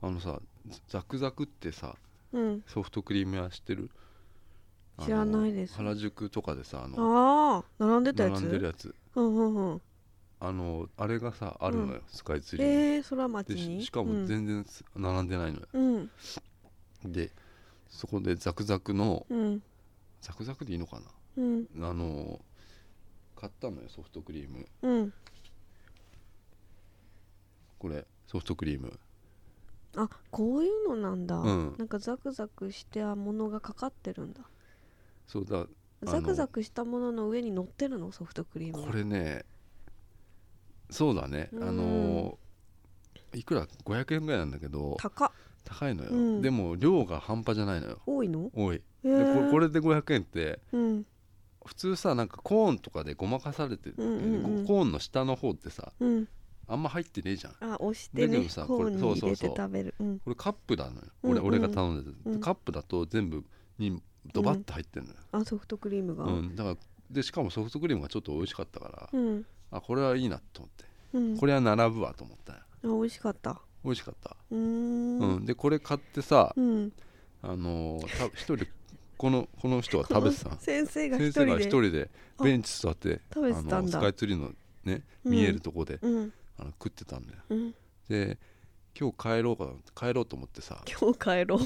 [SPEAKER 1] あのさザクザクってさ
[SPEAKER 2] うん
[SPEAKER 1] ソフトクリーム屋知ってるあのー
[SPEAKER 2] 知らないです
[SPEAKER 1] 原宿とかでさあの
[SPEAKER 2] ああ並んでたやつ
[SPEAKER 1] 並んでるやつ
[SPEAKER 2] うんうんうん
[SPEAKER 1] あのーあれがさあるのよ、スカイツリーに、
[SPEAKER 2] えー、空町
[SPEAKER 1] で
[SPEAKER 2] に
[SPEAKER 1] ししかも全然す並んでないのよ、
[SPEAKER 2] うん
[SPEAKER 1] でそこでザクザクの
[SPEAKER 2] うん
[SPEAKER 1] ザクザクでいいのかな
[SPEAKER 2] うん
[SPEAKER 1] あの買ったのよソフトクリーム
[SPEAKER 2] うん
[SPEAKER 1] これソフトクリーム
[SPEAKER 2] あこういうのなんだ、
[SPEAKER 1] うん
[SPEAKER 2] なんかザクザクしたものがかかってるんだ
[SPEAKER 1] そうだの
[SPEAKER 2] ザクザクしたものの上に乗ってるのソフトクリームが
[SPEAKER 1] これねそうだねあのいくら500円ぐらいなんだけど
[SPEAKER 2] 高っ
[SPEAKER 1] 高いのよ、
[SPEAKER 2] うん
[SPEAKER 1] でも量が半端じゃないのよ
[SPEAKER 2] 多いの
[SPEAKER 1] 多い
[SPEAKER 2] え
[SPEAKER 1] で
[SPEAKER 2] ー
[SPEAKER 1] ここれで500円って
[SPEAKER 2] うん
[SPEAKER 1] 普通さなんかコーンとかでごまかされて、
[SPEAKER 2] うんうんうん
[SPEAKER 1] コーンの下の方ってさ
[SPEAKER 2] うん
[SPEAKER 1] あんま入ってねえじゃん
[SPEAKER 2] あ押して
[SPEAKER 1] だけ
[SPEAKER 2] ね
[SPEAKER 1] どさ
[SPEAKER 2] コーン
[SPEAKER 1] こ
[SPEAKER 2] に
[SPEAKER 1] れ
[SPEAKER 2] 入れ
[SPEAKER 1] そ
[SPEAKER 2] て
[SPEAKER 1] うそうそう
[SPEAKER 2] 食べるうん
[SPEAKER 1] これカップなのよ、
[SPEAKER 2] うん
[SPEAKER 1] 俺俺が頼んでた、
[SPEAKER 2] うん
[SPEAKER 1] カップだと全部にドバッと入ってるのよ、
[SPEAKER 2] あソフトクリームが
[SPEAKER 1] うんだからでしかもソフトクリームがちょっと美味しかったから、
[SPEAKER 2] うん
[SPEAKER 1] あこれはいいなと思って、
[SPEAKER 2] うん
[SPEAKER 1] これは並ぶわと思ったよ
[SPEAKER 2] あ美味しかった
[SPEAKER 1] 美味しかった、
[SPEAKER 2] うー
[SPEAKER 1] うんん、でこれ買ってさ、
[SPEAKER 2] うん
[SPEAKER 1] あのーた一人このこの人が食べてたの
[SPEAKER 2] 先生が
[SPEAKER 1] 先
[SPEAKER 2] 一
[SPEAKER 1] 生が
[SPEAKER 2] 人
[SPEAKER 1] 一
[SPEAKER 2] で
[SPEAKER 1] 人でベンチ座って
[SPEAKER 2] 食べてた
[SPEAKER 1] あ
[SPEAKER 2] ん
[SPEAKER 1] のス
[SPEAKER 2] だ
[SPEAKER 1] カイツリーのね
[SPEAKER 2] うん
[SPEAKER 1] 見えるとこで、
[SPEAKER 2] うん
[SPEAKER 1] あの食ってたんだよ
[SPEAKER 2] うん
[SPEAKER 1] で今日帰ろうかな帰ろうと思ってさ
[SPEAKER 2] 今日帰ろう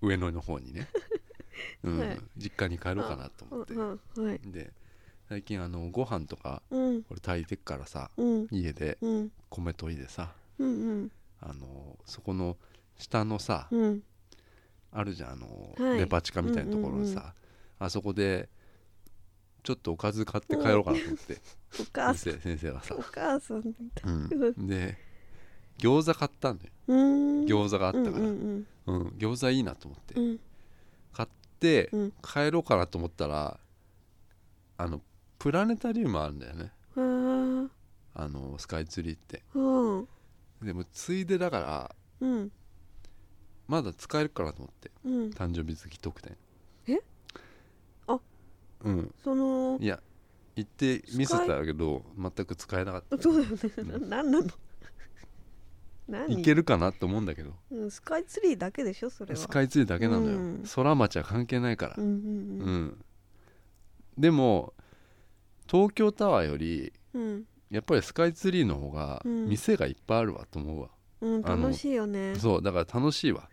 [SPEAKER 1] 上野の方に ね、うん
[SPEAKER 2] はい
[SPEAKER 1] 実家に帰ろうかなと
[SPEAKER 2] う
[SPEAKER 1] 思って、
[SPEAKER 2] んうんはい
[SPEAKER 1] で最近あのご飯とか
[SPEAKER 2] うん
[SPEAKER 1] 俺炊いてっからさ
[SPEAKER 2] うん
[SPEAKER 1] 家で
[SPEAKER 2] うん
[SPEAKER 1] 米研いでさ
[SPEAKER 2] うん
[SPEAKER 1] あのそこの下のさ、
[SPEAKER 2] うんうん
[SPEAKER 1] あるじゃんあの、
[SPEAKER 2] はい
[SPEAKER 1] デパ地下みたいなところのさ、
[SPEAKER 2] うんうん
[SPEAKER 1] あそこでちょっとおかず買って帰ろうかなと思っ て
[SPEAKER 2] お母さ
[SPEAKER 1] 先
[SPEAKER 2] ん
[SPEAKER 1] 生先生はさ
[SPEAKER 2] お、母さんみたい
[SPEAKER 1] うん、で餃子買ったんだよ
[SPEAKER 2] うーん
[SPEAKER 1] 餃子があったから、う
[SPEAKER 2] うんん
[SPEAKER 1] 餃子いいなと思って、
[SPEAKER 2] うんうん
[SPEAKER 1] 買って、
[SPEAKER 2] うん
[SPEAKER 1] 帰ろうかなと思ったらあのプラネタリウムあるんだよね
[SPEAKER 2] うんあー
[SPEAKER 1] あのスカイツリーって
[SPEAKER 2] うん
[SPEAKER 1] でもついでだから
[SPEAKER 2] うん
[SPEAKER 1] まだ使えるかなと思って
[SPEAKER 2] うん
[SPEAKER 1] 誕生日月特典
[SPEAKER 2] えあ
[SPEAKER 1] うん
[SPEAKER 2] その
[SPEAKER 1] いや行って見せたけど全く使えなかった
[SPEAKER 2] そうだよ ね
[SPEAKER 1] うん
[SPEAKER 2] ななんなの何
[SPEAKER 1] いけるかなと思うんだけど
[SPEAKER 2] うんスカイツリーだけでしょそれは
[SPEAKER 1] スカイツリーだけなのよ、
[SPEAKER 2] うん
[SPEAKER 1] 空町は関係ないから
[SPEAKER 2] うんう
[SPEAKER 1] う
[SPEAKER 2] んうん
[SPEAKER 1] んでも東京タワーより
[SPEAKER 2] うん、
[SPEAKER 1] やっぱりスカイツリーの方が
[SPEAKER 2] うん
[SPEAKER 1] 店がいっぱいあるわと思うわ、
[SPEAKER 2] うん、
[SPEAKER 1] あの
[SPEAKER 2] 楽しいよね
[SPEAKER 1] そうだから楽しいわ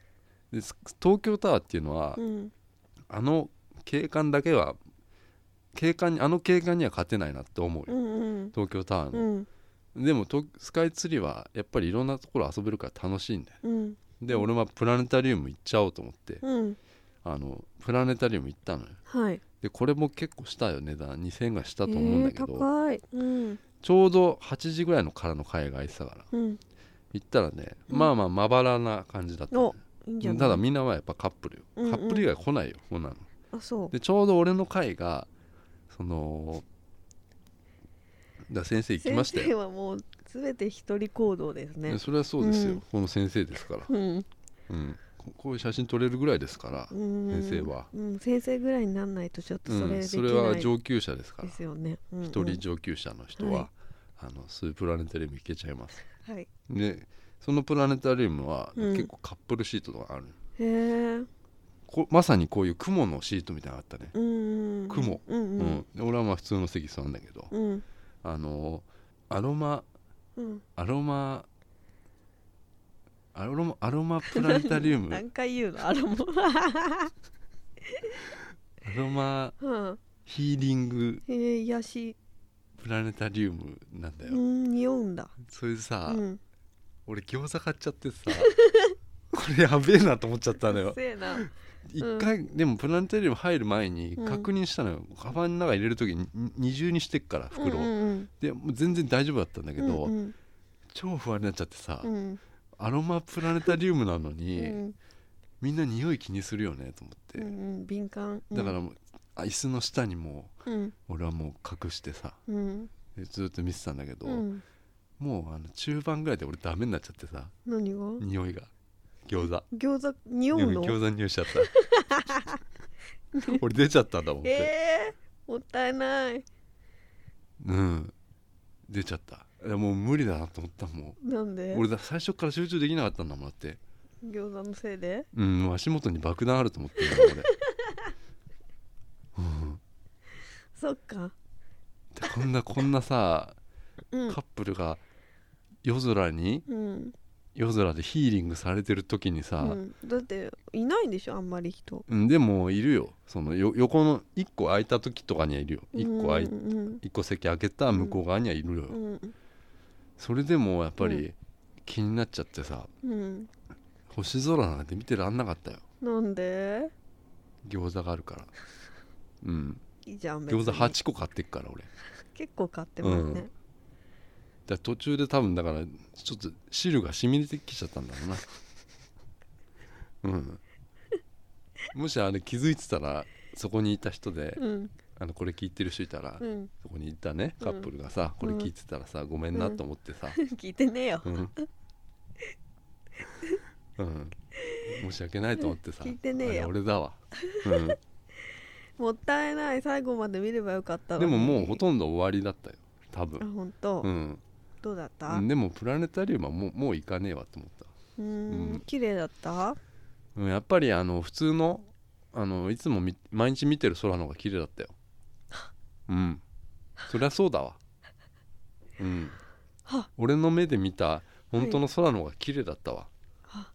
[SPEAKER 1] でス東京タワーっていうのは、
[SPEAKER 2] うん
[SPEAKER 1] あの景観だけは景観にあの景観には勝てないなって思う
[SPEAKER 2] う
[SPEAKER 1] よ、
[SPEAKER 2] ん
[SPEAKER 1] 東京タワー
[SPEAKER 2] う
[SPEAKER 1] の、
[SPEAKER 2] ん
[SPEAKER 1] でもとスカイツリーはやっぱりいろんなところ遊べるから楽しいんだよ
[SPEAKER 2] うん
[SPEAKER 1] で俺はプラネタリウム行っちゃおうと思って、
[SPEAKER 2] うん
[SPEAKER 1] あのプラネタリウム行ったのよ
[SPEAKER 2] はい
[SPEAKER 1] でこれも結構したよ値段2000円がしたと思うんだけ
[SPEAKER 2] えー
[SPEAKER 1] ど、
[SPEAKER 2] 高いうん
[SPEAKER 1] ちょうど8時ぐらいのからの会が空いてたから
[SPEAKER 2] うん
[SPEAKER 1] 行ったらね、
[SPEAKER 2] うん
[SPEAKER 1] まあまあまばらな感じだった、
[SPEAKER 2] おいいんじゃない
[SPEAKER 1] ただみんなはやっぱカップルよ、
[SPEAKER 2] うんうん
[SPEAKER 1] カップル以外来ないよこんなの
[SPEAKER 2] あそう
[SPEAKER 1] でちょうど俺の会がそのだ先生行きました
[SPEAKER 2] 先生
[SPEAKER 1] よ
[SPEAKER 2] はもう全て一人行動ですね
[SPEAKER 1] それはそうですよ、
[SPEAKER 2] うん
[SPEAKER 1] この先生ですから、
[SPEAKER 2] うん
[SPEAKER 1] うん、ここういう写真撮れるぐらいですから、
[SPEAKER 2] うん
[SPEAKER 1] 先生は
[SPEAKER 2] うん、先生ぐらいにならないとちょっとそれ
[SPEAKER 1] うん
[SPEAKER 2] でき
[SPEAKER 1] そ
[SPEAKER 2] ない
[SPEAKER 1] れは上級者ですから
[SPEAKER 2] ですよねうんうん
[SPEAKER 1] 一人上級者の人は、
[SPEAKER 2] はい
[SPEAKER 1] あのスープラネタリウム行けちゃいます
[SPEAKER 2] はい
[SPEAKER 1] でそのプラネタリウムは、
[SPEAKER 2] うん
[SPEAKER 1] 結構カップルシートとかある
[SPEAKER 2] へえ
[SPEAKER 1] こまさにこういう雲のシートみたいなのあったね、
[SPEAKER 2] うん
[SPEAKER 1] 雲
[SPEAKER 2] う
[SPEAKER 1] うんん
[SPEAKER 2] うん
[SPEAKER 1] で俺はまあ普通の席座るんだけど、
[SPEAKER 2] うん
[SPEAKER 1] あのアロマ
[SPEAKER 2] うん
[SPEAKER 1] アロマアロマアロマプラネタリウムア
[SPEAKER 2] 何回言うのあれも
[SPEAKER 1] ロマ
[SPEAKER 2] うん
[SPEAKER 1] ヒーリング
[SPEAKER 2] へえ癒し
[SPEAKER 1] プラネタリウムなんだよ、
[SPEAKER 2] うん匂うんだ
[SPEAKER 1] それでさ、
[SPEAKER 2] うん
[SPEAKER 1] 俺餃子買っちゃ ってさこれやべえなと思っちゃったのよ
[SPEAKER 2] うっせえな
[SPEAKER 1] 一回、でもプラネタリウム入る前に
[SPEAKER 2] うん
[SPEAKER 1] 確認したのよ、カバンの中入れる時にに二重にしてっから袋、
[SPEAKER 2] うんうん
[SPEAKER 1] でもう全然大丈夫だったんだけ
[SPEAKER 2] うん
[SPEAKER 1] ど、
[SPEAKER 2] うん
[SPEAKER 1] 超不安になっちゃってさ、
[SPEAKER 2] うん
[SPEAKER 1] アロマプラネタリウムなの
[SPEAKER 2] う
[SPEAKER 1] に、
[SPEAKER 2] ん
[SPEAKER 1] みんな匂い気にするよねと思って、
[SPEAKER 2] うん敏感
[SPEAKER 1] だからもうあ椅子の下にも
[SPEAKER 2] うん
[SPEAKER 1] う俺はもう隠してさ
[SPEAKER 2] うん
[SPEAKER 1] でずっと見てたんだけど、
[SPEAKER 2] うん
[SPEAKER 1] もうあの中盤ぐらいで俺ダメになっちゃってさ
[SPEAKER 2] 何が
[SPEAKER 1] 匂いが餃子
[SPEAKER 2] 餃子匂
[SPEAKER 1] うん
[SPEAKER 2] うの
[SPEAKER 1] 餃子の匂いしちゃった 俺出ちゃったんだもん、
[SPEAKER 2] えー、もったいない
[SPEAKER 1] うん出ちゃったいやもう無理だなと思ったも
[SPEAKER 2] なんで
[SPEAKER 1] ん俺だ最初から集中できなかったんだもんだって
[SPEAKER 2] 餃子のせいで
[SPEAKER 1] うんもう足元に爆弾あると思ってるんだ俺うん
[SPEAKER 2] そっか
[SPEAKER 1] でこんなこんなさ
[SPEAKER 2] うん
[SPEAKER 1] カップルが夜空に
[SPEAKER 2] うん、
[SPEAKER 1] 夜空でヒーリングされてる時に
[SPEAKER 2] う
[SPEAKER 1] さ、
[SPEAKER 2] ん、だっていないんでしょあんまり人
[SPEAKER 1] うん、でもいるよそのよ横の1個空いた時とかにはいるよ1個空い、
[SPEAKER 2] うん
[SPEAKER 1] 一個席空けた向こう側にはいるよ、
[SPEAKER 2] うんうん
[SPEAKER 1] それでもやっぱ
[SPEAKER 2] う
[SPEAKER 1] り気になっちゃってさ
[SPEAKER 2] うん
[SPEAKER 1] 星空なんて見てらんなかったよ
[SPEAKER 2] なんで
[SPEAKER 1] 餃子があるからうん
[SPEAKER 2] いいじゃん別に
[SPEAKER 1] 餃子8個買ってっから俺だか
[SPEAKER 2] 結構買ってますね、
[SPEAKER 1] ら途中で多分だからちょっと汁が染み出てきちゃったんだろうなうんもしあれ気づいてたらそこにいた人で
[SPEAKER 2] うん
[SPEAKER 1] あのこれ聞いてる人いたら、
[SPEAKER 2] うん、
[SPEAKER 1] そこにいたねカップルがさ、
[SPEAKER 2] う
[SPEAKER 1] こ
[SPEAKER 2] ん
[SPEAKER 1] れ聞いてたらさごめんなと思ってさ、
[SPEAKER 2] 聞いてねえよ、
[SPEAKER 1] うん、うん、申し訳ないと思ってさ
[SPEAKER 2] 聞いてねえよ
[SPEAKER 1] あれ俺だわ、うん、
[SPEAKER 2] もったいない最後まで見ればよかったの
[SPEAKER 1] で
[SPEAKER 2] に
[SPEAKER 1] ももうほとんど終わりだったよ多
[SPEAKER 2] あ
[SPEAKER 1] 分、
[SPEAKER 2] 本当、
[SPEAKER 1] うん、
[SPEAKER 2] どうだった
[SPEAKER 1] うんでもプラネタリウムはもうもう行かねえわと思った
[SPEAKER 2] うーん
[SPEAKER 1] うん
[SPEAKER 2] 綺麗だった
[SPEAKER 1] うん、やっぱりあの普通のあのいつもみ毎日見てる空の方が綺麗だったようんそりゃそうだわうん
[SPEAKER 2] は
[SPEAKER 1] 俺の目で見た本当の空の方が綺麗だったわ、
[SPEAKER 2] は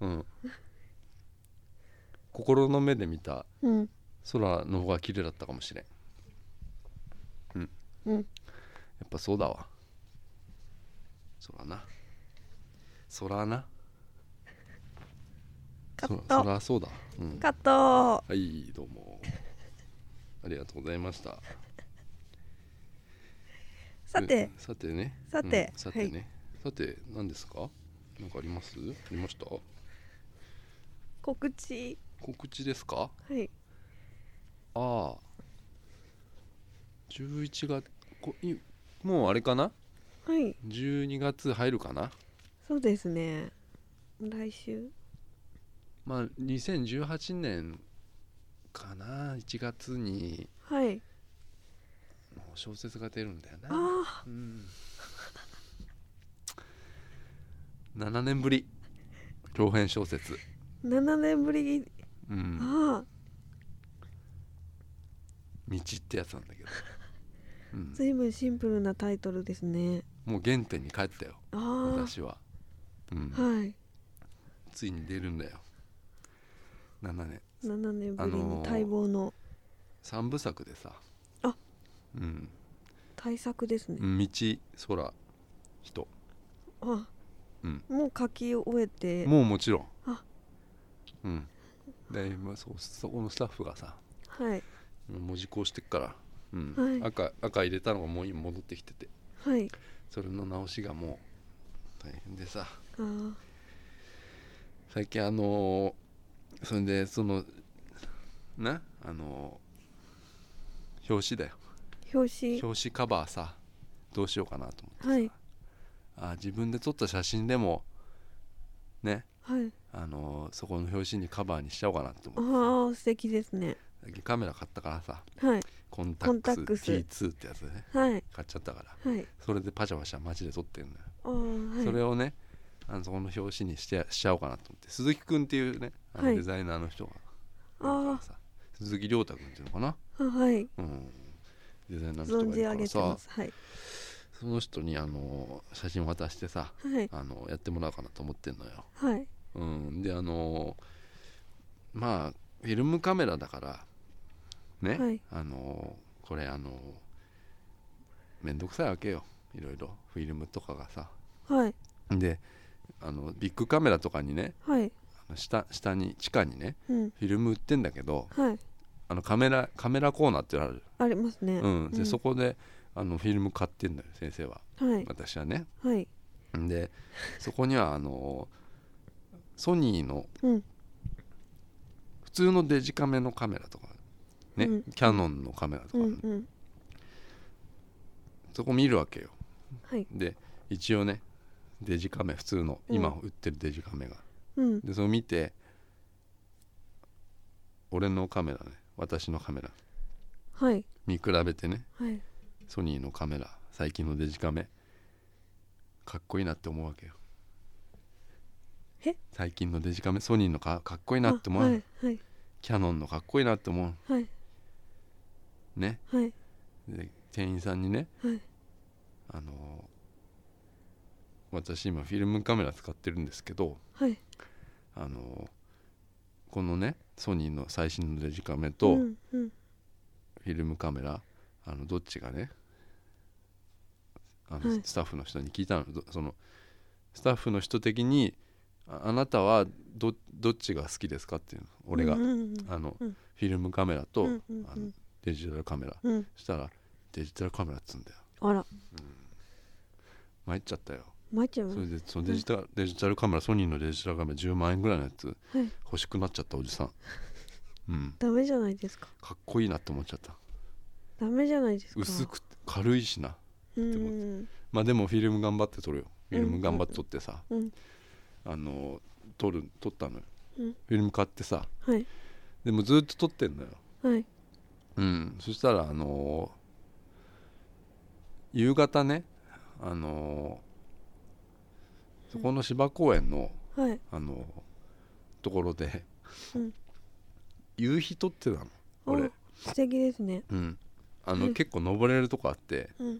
[SPEAKER 1] うん心の目で見た
[SPEAKER 2] うん
[SPEAKER 1] 空の方が綺麗だったかもしれん
[SPEAKER 2] うん
[SPEAKER 1] やっぱそうだわ空な空な
[SPEAKER 2] カッ
[SPEAKER 1] そ
[SPEAKER 2] ト
[SPEAKER 1] らそうだわうん
[SPEAKER 2] カット
[SPEAKER 1] はいどうもありがとうございました
[SPEAKER 2] さて
[SPEAKER 1] うんさてね
[SPEAKER 2] さて
[SPEAKER 1] うんさてね、さて何ですか何かありますありました
[SPEAKER 2] 告知
[SPEAKER 1] 告知ですか
[SPEAKER 2] はい
[SPEAKER 1] ああ11月こいもうあれかな
[SPEAKER 2] はい
[SPEAKER 1] 12月入るかな
[SPEAKER 2] そうですね来週
[SPEAKER 1] まあ2018年かな1月に
[SPEAKER 2] はい
[SPEAKER 1] もう小説が出るんだよな
[SPEAKER 2] あ
[SPEAKER 1] うん7年ぶり長編小説
[SPEAKER 2] あ7年ぶりに
[SPEAKER 1] うん
[SPEAKER 2] ああ
[SPEAKER 1] 「道」ってやつなんだけど、うん、
[SPEAKER 2] 随分シンプルなタイトルですね
[SPEAKER 1] もう原点に帰ったよ
[SPEAKER 2] あ
[SPEAKER 1] 私は、うん
[SPEAKER 2] あ、はい
[SPEAKER 1] ついに出るんだよ7年
[SPEAKER 2] 7年ぶ
[SPEAKER 1] あ
[SPEAKER 2] り
[SPEAKER 1] の
[SPEAKER 2] に
[SPEAKER 1] ー
[SPEAKER 2] 待望の
[SPEAKER 1] 3部作でさ
[SPEAKER 2] あ
[SPEAKER 1] うん
[SPEAKER 2] 対策ですね、
[SPEAKER 1] 道空人
[SPEAKER 2] あ
[SPEAKER 1] うん
[SPEAKER 2] もう書き終えて
[SPEAKER 1] もうもちろん
[SPEAKER 2] あ
[SPEAKER 1] うんで今そうそこのスタッフがさ
[SPEAKER 2] はい
[SPEAKER 1] 今文字工してっから、うん
[SPEAKER 2] はい
[SPEAKER 1] 赤赤入れたのがもう今戻ってきてて
[SPEAKER 2] はい
[SPEAKER 1] それの直しがもう大変でさ
[SPEAKER 2] ああ
[SPEAKER 1] 最近あのーそれでそのなあのー表紙だよ
[SPEAKER 2] 表紙
[SPEAKER 1] 表紙カバーさどうしようかなと思ってさ、
[SPEAKER 2] はい
[SPEAKER 1] あ自分で撮った写真でもね
[SPEAKER 2] はい
[SPEAKER 1] あのーそこの表紙にカバーにしちゃおうかなと思って
[SPEAKER 2] ああ素敵ですね
[SPEAKER 1] さ最近カメラ買ったからさ
[SPEAKER 2] はい
[SPEAKER 1] コンタッ
[SPEAKER 2] コン
[SPEAKER 1] ク
[SPEAKER 2] タック
[SPEAKER 1] ス
[SPEAKER 2] ス
[SPEAKER 1] T2 ってやつね
[SPEAKER 2] はい
[SPEAKER 1] 買っちゃったから
[SPEAKER 2] はい
[SPEAKER 1] それでパシャパシャ街で撮ってるのよ、
[SPEAKER 2] ああはい
[SPEAKER 1] それをねあのそこの表紙にしてしちゃおうかなと思って鈴木くんっていうねあ
[SPEAKER 2] は
[SPEAKER 1] の
[SPEAKER 2] い
[SPEAKER 1] デザイナーの人が、
[SPEAKER 2] あ
[SPEAKER 1] さ鈴木亮太くんっていうのかな、
[SPEAKER 2] あはい
[SPEAKER 1] うん、デザイナーの人
[SPEAKER 2] 存
[SPEAKER 1] がいる
[SPEAKER 2] じ上
[SPEAKER 1] から
[SPEAKER 2] げて
[SPEAKER 1] さ
[SPEAKER 2] ますはい
[SPEAKER 1] その人にあの写真渡してさ
[SPEAKER 2] はい
[SPEAKER 1] あのやってもらおうかなと思ってんのよ、
[SPEAKER 2] はい
[SPEAKER 1] うん、であのまあフィルムカメラだからね、
[SPEAKER 2] はい
[SPEAKER 1] あのこれあのめんどくさいわけよいろいろフィルムとかがさ
[SPEAKER 2] はい
[SPEAKER 1] であのビッグカメラとかにね
[SPEAKER 2] はい
[SPEAKER 1] あの下下に地下にね
[SPEAKER 2] うん
[SPEAKER 1] フィルム売ってんだけど
[SPEAKER 2] はい
[SPEAKER 1] あのカメラカメラコーナーってのある、
[SPEAKER 2] ありますね
[SPEAKER 1] うん、でそこであのフィルム買ってんだよ先生は
[SPEAKER 2] はい
[SPEAKER 1] 私はね
[SPEAKER 2] はい
[SPEAKER 1] でそこにはあのソニーの
[SPEAKER 2] うん
[SPEAKER 1] 普通のデジカメのカメラとかね、
[SPEAKER 2] うん
[SPEAKER 1] キャノンのカメラとか、
[SPEAKER 2] うんうん
[SPEAKER 1] そこ見るわけよ
[SPEAKER 2] はい
[SPEAKER 1] で一応ねデジカメ普通の
[SPEAKER 2] うん
[SPEAKER 1] 今売ってるデジカメが、
[SPEAKER 2] うん
[SPEAKER 1] でそれ見て俺のカメラね私のカメラ
[SPEAKER 2] はい
[SPEAKER 1] 見比べてね
[SPEAKER 2] はい
[SPEAKER 1] ソニーのカメラ最近のデジカメかっこいいなって思うわけよ
[SPEAKER 2] え
[SPEAKER 1] 最近のデジカメソニーのかかっこいいなって思う、
[SPEAKER 2] あはいはい
[SPEAKER 1] キャノンのかっこいいなって思
[SPEAKER 2] はいう
[SPEAKER 1] ね
[SPEAKER 2] はい
[SPEAKER 1] で店員さんにね
[SPEAKER 2] はい
[SPEAKER 1] あのー私今フィルムカメラ使ってるんですけど、
[SPEAKER 2] はい
[SPEAKER 1] あのーこのねソニーの最新のデジカメと
[SPEAKER 2] う
[SPEAKER 1] フ
[SPEAKER 2] んうん
[SPEAKER 1] ィルムカメラ、あのどっちがねあの、
[SPEAKER 2] はい
[SPEAKER 1] スタッフの人に聞いたのどそのスタッフの人的にああなたはどどっちが好きですかっていうの俺が、
[SPEAKER 2] うんうんうん
[SPEAKER 1] あの
[SPEAKER 2] うん
[SPEAKER 1] フィルムカメラと、
[SPEAKER 2] うんうんうん
[SPEAKER 1] あのデジタルカメラ
[SPEAKER 2] うん
[SPEAKER 1] そしたらデジタルカメラっつうんだよ
[SPEAKER 2] あら
[SPEAKER 1] 参っちゃったよ
[SPEAKER 2] 参っちゃいま
[SPEAKER 1] そ
[SPEAKER 2] す
[SPEAKER 1] れでそのデジタル、デジタルカメラソニーのデジタルカメラ10万円ぐらいのやつ
[SPEAKER 2] はい
[SPEAKER 1] 欲しくなっちゃったおじさん、うん、
[SPEAKER 2] ダメじゃないですか
[SPEAKER 1] かっこいいなって思っちゃった
[SPEAKER 2] ダメじゃないですか
[SPEAKER 1] 薄くて軽いしな
[SPEAKER 2] うん
[SPEAKER 1] 思っ
[SPEAKER 2] うん
[SPEAKER 1] まあでもフィルム頑張って撮るよフィル
[SPEAKER 2] うんう
[SPEAKER 1] ム
[SPEAKER 2] ん
[SPEAKER 1] 頑張って撮ってさ、
[SPEAKER 2] うん
[SPEAKER 1] あの撮る撮ったのよ
[SPEAKER 2] うん
[SPEAKER 1] フィルム買ってさ
[SPEAKER 2] はい
[SPEAKER 1] でもずっと撮ってんのよ、
[SPEAKER 2] はい
[SPEAKER 1] うん、そしたらあのー夕方ねあのーそこの芝公園の、
[SPEAKER 2] はい
[SPEAKER 1] あのところで、
[SPEAKER 2] うん
[SPEAKER 1] 夕日撮ってたの俺
[SPEAKER 2] お、素敵ですね
[SPEAKER 1] うん、あの、
[SPEAKER 2] うん
[SPEAKER 1] 結構登れるとこあって
[SPEAKER 2] うん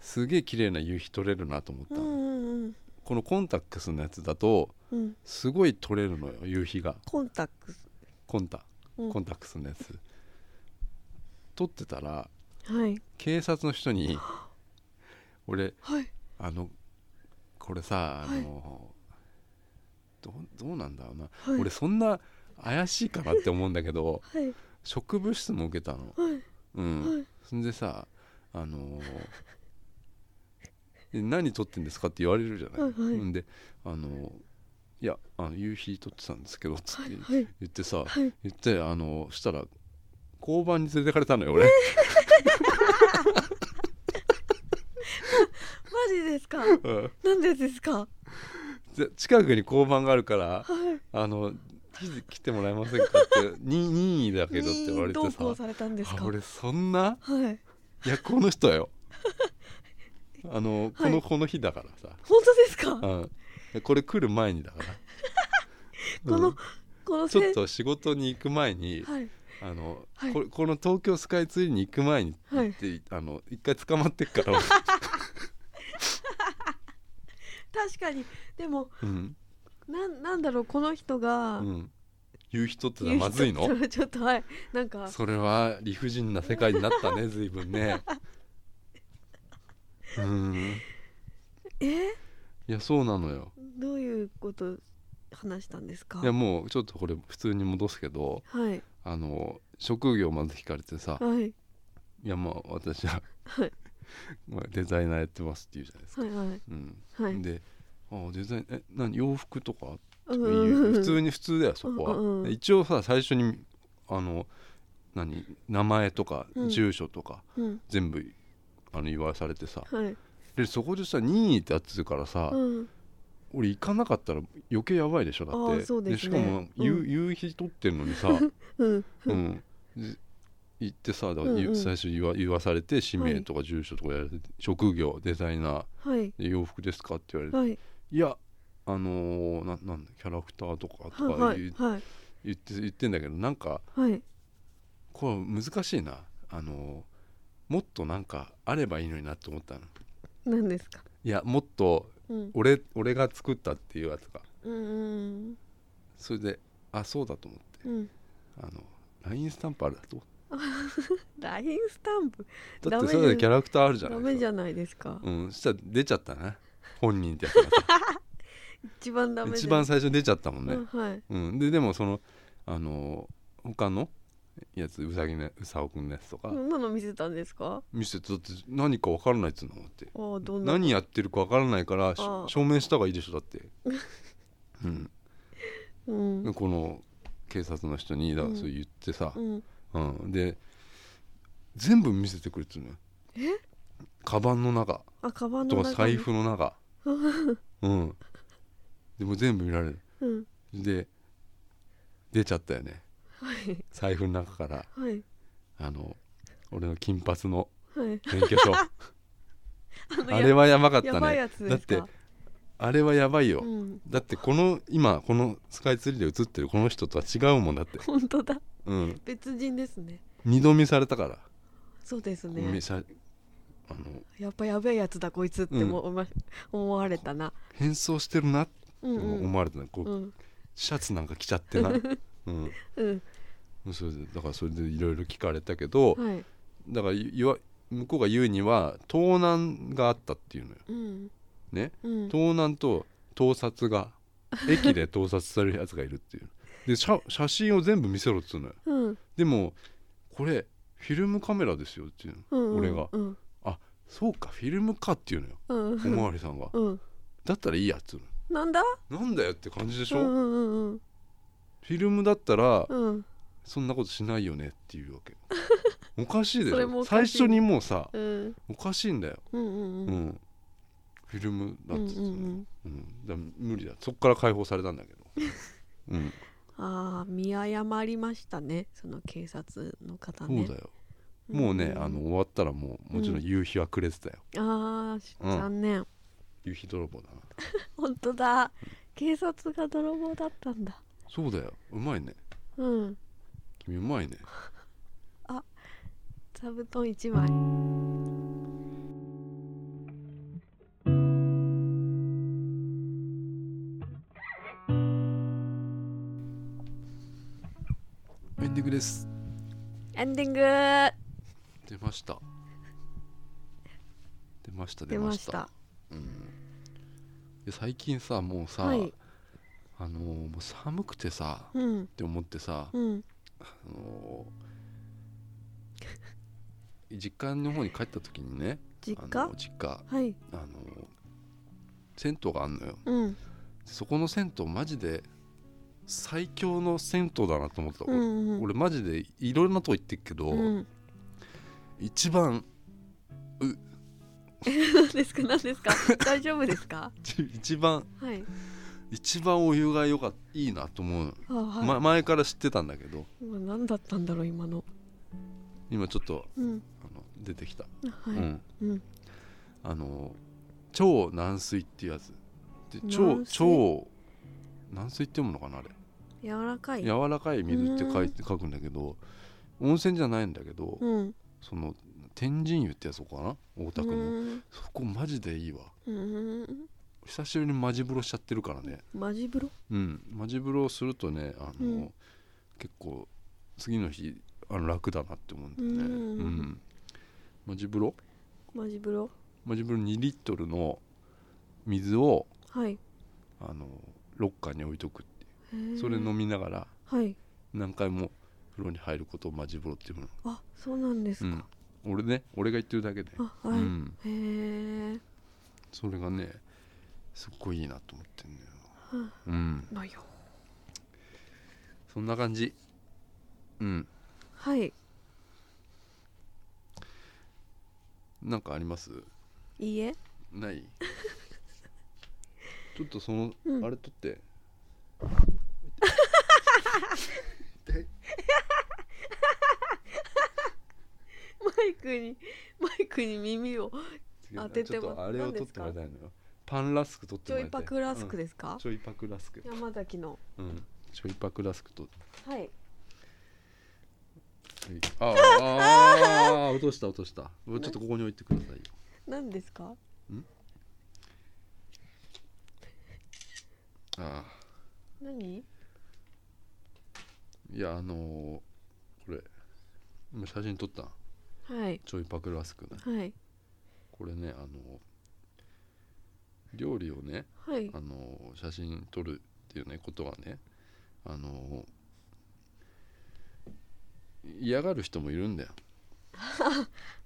[SPEAKER 1] すげえ綺麗な夕日撮れるなと思った
[SPEAKER 2] うん
[SPEAKER 1] の、
[SPEAKER 2] うんうん
[SPEAKER 1] このコンタックスのやつだと
[SPEAKER 2] うん
[SPEAKER 1] すごい撮れるのよ夕日が
[SPEAKER 2] コンタックス
[SPEAKER 1] コンタ
[SPEAKER 2] うん
[SPEAKER 1] コンタックスのやつ、撮ってたら
[SPEAKER 2] はい
[SPEAKER 1] 警察の人に 俺
[SPEAKER 2] はい
[SPEAKER 1] あのこれさあ
[SPEAKER 2] はい
[SPEAKER 1] の、どうどうなんだろうな、
[SPEAKER 2] はい
[SPEAKER 1] 俺そんな怪しいかなって思うんだけど
[SPEAKER 2] はい
[SPEAKER 1] 植物質も受けたの、
[SPEAKER 2] はい
[SPEAKER 1] うん
[SPEAKER 2] はい
[SPEAKER 1] そんでさあのーえ何撮ってんですかって言われるじゃない、
[SPEAKER 2] はいはい
[SPEAKER 1] んであのーいやあの夕日撮ってたんですけど」つって
[SPEAKER 2] はいはい
[SPEAKER 1] 言ってさ、
[SPEAKER 2] はい
[SPEAKER 1] 言ってあのーしたら交番に連れてかれたのよ俺、
[SPEAKER 2] マジですか
[SPEAKER 1] うん
[SPEAKER 2] なんでですか
[SPEAKER 1] じゃ近くに交番があるから
[SPEAKER 2] はい
[SPEAKER 1] あの来て来てもらえませんか ってに任意だけどって言われて
[SPEAKER 2] 任意同行
[SPEAKER 1] さ
[SPEAKER 2] されたんです
[SPEAKER 1] あ
[SPEAKER 2] か
[SPEAKER 1] 俺そんな
[SPEAKER 2] はい
[SPEAKER 1] いやこの人 よあのこの、
[SPEAKER 2] はい
[SPEAKER 1] この日だからさ、
[SPEAKER 2] 本当ですか、
[SPEAKER 1] うん、これ来る前に だから
[SPEAKER 2] こ
[SPEAKER 1] う
[SPEAKER 2] の
[SPEAKER 1] ん
[SPEAKER 2] この
[SPEAKER 1] ちょっ
[SPEAKER 2] せ
[SPEAKER 1] と仕事に行く前に、
[SPEAKER 2] はい
[SPEAKER 1] あの、
[SPEAKER 2] はい
[SPEAKER 1] ここの東京スカイツリーに行く前にって、
[SPEAKER 2] はい
[SPEAKER 1] あの一回捕まってっ から、
[SPEAKER 2] 確かにでも
[SPEAKER 1] うん
[SPEAKER 2] なんなんだろうこの人
[SPEAKER 1] う
[SPEAKER 2] が、
[SPEAKER 1] ん、言う人ってのは
[SPEAKER 2] 言う人
[SPEAKER 1] まずいの
[SPEAKER 2] ちょっとはいなんか
[SPEAKER 1] それは理不尽な世界になったね随分ねうん
[SPEAKER 2] え
[SPEAKER 1] いやそうなのよ
[SPEAKER 2] どういうこと話したんですか
[SPEAKER 1] いやもうちょっとこれ普通に戻すけど
[SPEAKER 2] はい
[SPEAKER 1] あの職業まず聞かれてさ
[SPEAKER 2] は
[SPEAKER 1] 「
[SPEAKER 2] い
[SPEAKER 1] いやまあ私は、
[SPEAKER 2] はい
[SPEAKER 1] まあデザイナーやってます」って言うじゃないですか。
[SPEAKER 2] はいはい
[SPEAKER 1] うん
[SPEAKER 2] はい
[SPEAKER 1] で「あデザインえ何洋服とか?」
[SPEAKER 2] うん
[SPEAKER 1] いう
[SPEAKER 2] うんうん
[SPEAKER 1] 普通に普通だよそこは、
[SPEAKER 2] うんうん
[SPEAKER 1] 一応さ最初にあの何名前とか
[SPEAKER 2] うん
[SPEAKER 1] 住所とか
[SPEAKER 2] うん
[SPEAKER 1] 全部あの言わされてさ
[SPEAKER 2] はい
[SPEAKER 1] でそこでさ任意ってやってるからさ、
[SPEAKER 2] うん
[SPEAKER 1] 俺行かなかったら余計やばいでしょだって
[SPEAKER 2] あーそうですね
[SPEAKER 1] しかも夕,、
[SPEAKER 2] うん
[SPEAKER 1] 夕日撮ってるのに さ、
[SPEAKER 2] うん
[SPEAKER 1] うん、で行ってさだから
[SPEAKER 2] うんうん
[SPEAKER 1] 最初言わ言わされて氏名とか住所とかやられて、職業デザイナー
[SPEAKER 2] はい
[SPEAKER 1] で洋服ですかって言われて、
[SPEAKER 2] はい
[SPEAKER 1] いやあのーななんだキャラクターとかと
[SPEAKER 2] はい
[SPEAKER 1] か
[SPEAKER 2] は
[SPEAKER 1] 言
[SPEAKER 2] いうはい
[SPEAKER 1] 言って言ってんだけどなんか
[SPEAKER 2] はい
[SPEAKER 1] これ難しいなあのもっとなんかあればいいのになって思ったの
[SPEAKER 2] 何ですか
[SPEAKER 1] いやもっと
[SPEAKER 2] うん
[SPEAKER 1] 俺俺が作ったっていうやつが
[SPEAKER 2] うんうん
[SPEAKER 1] それであそうだと思って
[SPEAKER 2] うん
[SPEAKER 1] あの LINE スタンプあるだと思っ
[SPEAKER 2] ラインスタンプ
[SPEAKER 1] てだって
[SPEAKER 2] ダメ
[SPEAKER 1] それでキャラクターあるじゃな
[SPEAKER 2] ダ
[SPEAKER 1] い
[SPEAKER 2] メじ
[SPEAKER 1] です
[SPEAKER 2] ゃないですか
[SPEAKER 1] かうんそしたら出ちゃったな本人ってやつがさ
[SPEAKER 2] 一番 ダメ
[SPEAKER 1] 一番
[SPEAKER 2] 最
[SPEAKER 1] 最初に出ちゃったもんね
[SPEAKER 2] うん、はい
[SPEAKER 1] うん、ででもそのあの他のやつうさぎのうさおくんのやつとか
[SPEAKER 2] そんなの見せたんですか
[SPEAKER 1] 見せてだって何か分からないっつうのもって
[SPEAKER 2] ああどんな
[SPEAKER 1] 何やってるかわからないからし
[SPEAKER 2] ああ
[SPEAKER 1] 証明した方がいいでしょだ って、うん、
[SPEAKER 2] うん
[SPEAKER 1] でこの警察の人にだから
[SPEAKER 2] うん
[SPEAKER 1] そう言ってさ
[SPEAKER 2] う、ん
[SPEAKER 1] うんで全部見せてくれてるのよ
[SPEAKER 2] え
[SPEAKER 1] カバンの中
[SPEAKER 2] あカバン
[SPEAKER 1] と
[SPEAKER 2] の
[SPEAKER 1] か
[SPEAKER 2] 中
[SPEAKER 1] 財布の 中うんでも全部見られる
[SPEAKER 2] うん
[SPEAKER 1] で出ちゃったよね
[SPEAKER 2] はい
[SPEAKER 1] 財布の中から
[SPEAKER 2] はい
[SPEAKER 1] あの俺の金髪の
[SPEAKER 2] はい
[SPEAKER 1] 免許 証
[SPEAKER 2] あの
[SPEAKER 1] あれはやばかっ
[SPEAKER 2] や
[SPEAKER 1] た
[SPEAKER 2] ばい
[SPEAKER 1] ね
[SPEAKER 2] やつですか
[SPEAKER 1] だってあれはやばいよ、
[SPEAKER 2] うん
[SPEAKER 1] だってこの今このスカイツリーで映ってるこの人とは違うもんだって、
[SPEAKER 2] 本当だ
[SPEAKER 1] うん、
[SPEAKER 2] 別人ですね
[SPEAKER 1] 二度見されたから、
[SPEAKER 2] そうです
[SPEAKER 1] 見
[SPEAKER 2] ね
[SPEAKER 1] さあの
[SPEAKER 2] やっぱやべえやつだこいつっても、思わ思われたな
[SPEAKER 1] 変装してるなって
[SPEAKER 2] うんうん
[SPEAKER 1] 思われてねこう、
[SPEAKER 2] うん
[SPEAKER 1] シャツなんか着ちゃ ってな、うん、
[SPEAKER 2] うん
[SPEAKER 1] それでだからそれでいろいろ聞かれたけど、
[SPEAKER 2] はい
[SPEAKER 1] だから言わ向こうが言うには盗難があったっていうのよ
[SPEAKER 2] うん
[SPEAKER 1] ね
[SPEAKER 2] うん
[SPEAKER 1] 盗難と盗撮が駅で盗撮されるやつがいるっていうで写写真を全部見せろっつうのよ
[SPEAKER 2] うん
[SPEAKER 1] でもこれフィルムカメラですよっていうの
[SPEAKER 2] うん
[SPEAKER 1] 俺が
[SPEAKER 2] うん
[SPEAKER 1] そうかフィルムかっていうの よ
[SPEAKER 2] うん
[SPEAKER 1] おまわりさんが
[SPEAKER 2] うん
[SPEAKER 1] だったらいいやっつう
[SPEAKER 2] なんだ
[SPEAKER 1] のなんだよって感じでし
[SPEAKER 2] う
[SPEAKER 1] ょ、
[SPEAKER 2] んう
[SPEAKER 1] フ
[SPEAKER 2] ん
[SPEAKER 1] ィルムだったら
[SPEAKER 2] うんうん
[SPEAKER 1] そんなことしないよねっていうわ けおかしいでし
[SPEAKER 2] それ
[SPEAKER 1] ょ
[SPEAKER 2] もお
[SPEAKER 1] 最
[SPEAKER 2] かしい
[SPEAKER 1] 初にもうさ
[SPEAKER 2] うん
[SPEAKER 1] おかしいんだよ、
[SPEAKER 2] うんうん
[SPEAKER 1] う
[SPEAKER 2] うんん
[SPEAKER 1] フィルムだっつってたの
[SPEAKER 2] うんうん
[SPEAKER 1] うんだから無理だそっから解放されたんだ けどうん
[SPEAKER 2] ああ見誤りましたねその警察の方
[SPEAKER 1] そう
[SPEAKER 2] ね
[SPEAKER 1] だよ、もうね
[SPEAKER 2] ん
[SPEAKER 1] あの終わったらもうもちろん夕日はくれてたよ、
[SPEAKER 2] あーし
[SPEAKER 1] うん
[SPEAKER 2] 残念
[SPEAKER 1] 夕日泥棒だな
[SPEAKER 2] 本当だ警察が泥棒だったんだ
[SPEAKER 1] そうだようまいね
[SPEAKER 2] うん
[SPEAKER 1] 君うまいね
[SPEAKER 2] 座布団一枚
[SPEAKER 1] エンディングです
[SPEAKER 2] エンディング
[SPEAKER 1] 出ました出ました出
[SPEAKER 2] 出
[SPEAKER 1] ま
[SPEAKER 2] ま
[SPEAKER 1] し
[SPEAKER 2] したた
[SPEAKER 1] うんいや最近さもうさ、
[SPEAKER 2] はい
[SPEAKER 1] あのーもう寒くてさっ
[SPEAKER 2] うん
[SPEAKER 1] て思ってさ、
[SPEAKER 2] うん
[SPEAKER 1] あのー実家の方に帰った時にね
[SPEAKER 2] 実
[SPEAKER 1] あ
[SPEAKER 2] 家
[SPEAKER 1] の実家
[SPEAKER 2] はい
[SPEAKER 1] あのー銭湯があんのよ
[SPEAKER 2] うん
[SPEAKER 1] そこの銭湯マジで最強の銭湯だなと思った、
[SPEAKER 2] うんうん
[SPEAKER 1] 俺マジでいろんなとこ行ってるけど、
[SPEAKER 2] うん
[SPEAKER 1] 一番
[SPEAKER 2] 何ですか何ですか大丈夫ですか
[SPEAKER 1] 一番
[SPEAKER 2] はい
[SPEAKER 1] 一番お湯がよかっいいなと思う、
[SPEAKER 2] あはい、
[SPEAKER 1] ま、前から知ってたんだけど
[SPEAKER 2] 今何だったんだろう今の
[SPEAKER 1] 今ちょっと
[SPEAKER 2] うん
[SPEAKER 1] あの出てきた、
[SPEAKER 2] は
[SPEAKER 1] う
[SPEAKER 2] い
[SPEAKER 1] ん、
[SPEAKER 2] うん
[SPEAKER 1] あの超軟水っていうやつで超
[SPEAKER 2] 軟水
[SPEAKER 1] 超軟水って読むのかなあれ
[SPEAKER 2] 柔らかい
[SPEAKER 1] 柔らかい水って書いて書くんだけど温泉じゃないんだけど、
[SPEAKER 2] うん
[SPEAKER 1] その天神湯ってやつかな大田区の、
[SPEAKER 2] うん
[SPEAKER 1] そこマジでいいわ
[SPEAKER 2] うん
[SPEAKER 1] 久しぶりにマジ風呂しちゃってるからね
[SPEAKER 2] マジ風呂
[SPEAKER 1] うんマジ風呂するとねあの、
[SPEAKER 2] うん
[SPEAKER 1] 結構次の日あの楽だなって思うんだよね
[SPEAKER 2] う
[SPEAKER 1] うんん、マジ風呂
[SPEAKER 2] マジ風呂
[SPEAKER 1] マジ風呂2リットルの水を
[SPEAKER 2] はい
[SPEAKER 1] あのロッカーに置いとくって
[SPEAKER 2] へー
[SPEAKER 1] それ飲みながら
[SPEAKER 2] はい
[SPEAKER 1] 何回も風呂に入ることをマジ風呂っていうの、
[SPEAKER 2] あそうなんです
[SPEAKER 1] う
[SPEAKER 2] か、
[SPEAKER 1] ん、俺ね俺が言ってるだけで、
[SPEAKER 2] あはい、
[SPEAKER 1] うん
[SPEAKER 2] へえ
[SPEAKER 1] それがねすっごいいいなと思ってんだよ
[SPEAKER 2] は
[SPEAKER 1] うん
[SPEAKER 2] のよ
[SPEAKER 1] そんな感じうん
[SPEAKER 2] はい
[SPEAKER 1] なんかあります
[SPEAKER 2] いいえ
[SPEAKER 1] ない ちょっとその、
[SPEAKER 2] うん
[SPEAKER 1] あれ取 って
[SPEAKER 2] マイクにマイクに耳を当てて
[SPEAKER 1] ちょっとあれを取ってもらいたいのよパンラスク取って
[SPEAKER 2] ち
[SPEAKER 1] も
[SPEAKER 2] ょ
[SPEAKER 1] らい
[SPEAKER 2] い
[SPEAKER 1] たい
[SPEAKER 2] パクラスク
[SPEAKER 1] で、
[SPEAKER 2] です
[SPEAKER 1] う
[SPEAKER 2] か
[SPEAKER 1] ん、ちょいパクラスク
[SPEAKER 2] 山崎の
[SPEAKER 1] うんちょいパクラスクと
[SPEAKER 2] はい
[SPEAKER 1] はいああああ 落とした落としたちょっとここに置いてくださいよ
[SPEAKER 2] 何ですか
[SPEAKER 1] ああ
[SPEAKER 2] 何
[SPEAKER 1] いやあのーこれ今写真撮った
[SPEAKER 2] はい
[SPEAKER 1] ちょいパクラスクね
[SPEAKER 2] はい
[SPEAKER 1] これねあの料理をね
[SPEAKER 2] はい
[SPEAKER 1] あの写真撮るっていうねことはねあの嫌がる人もいるんだよ、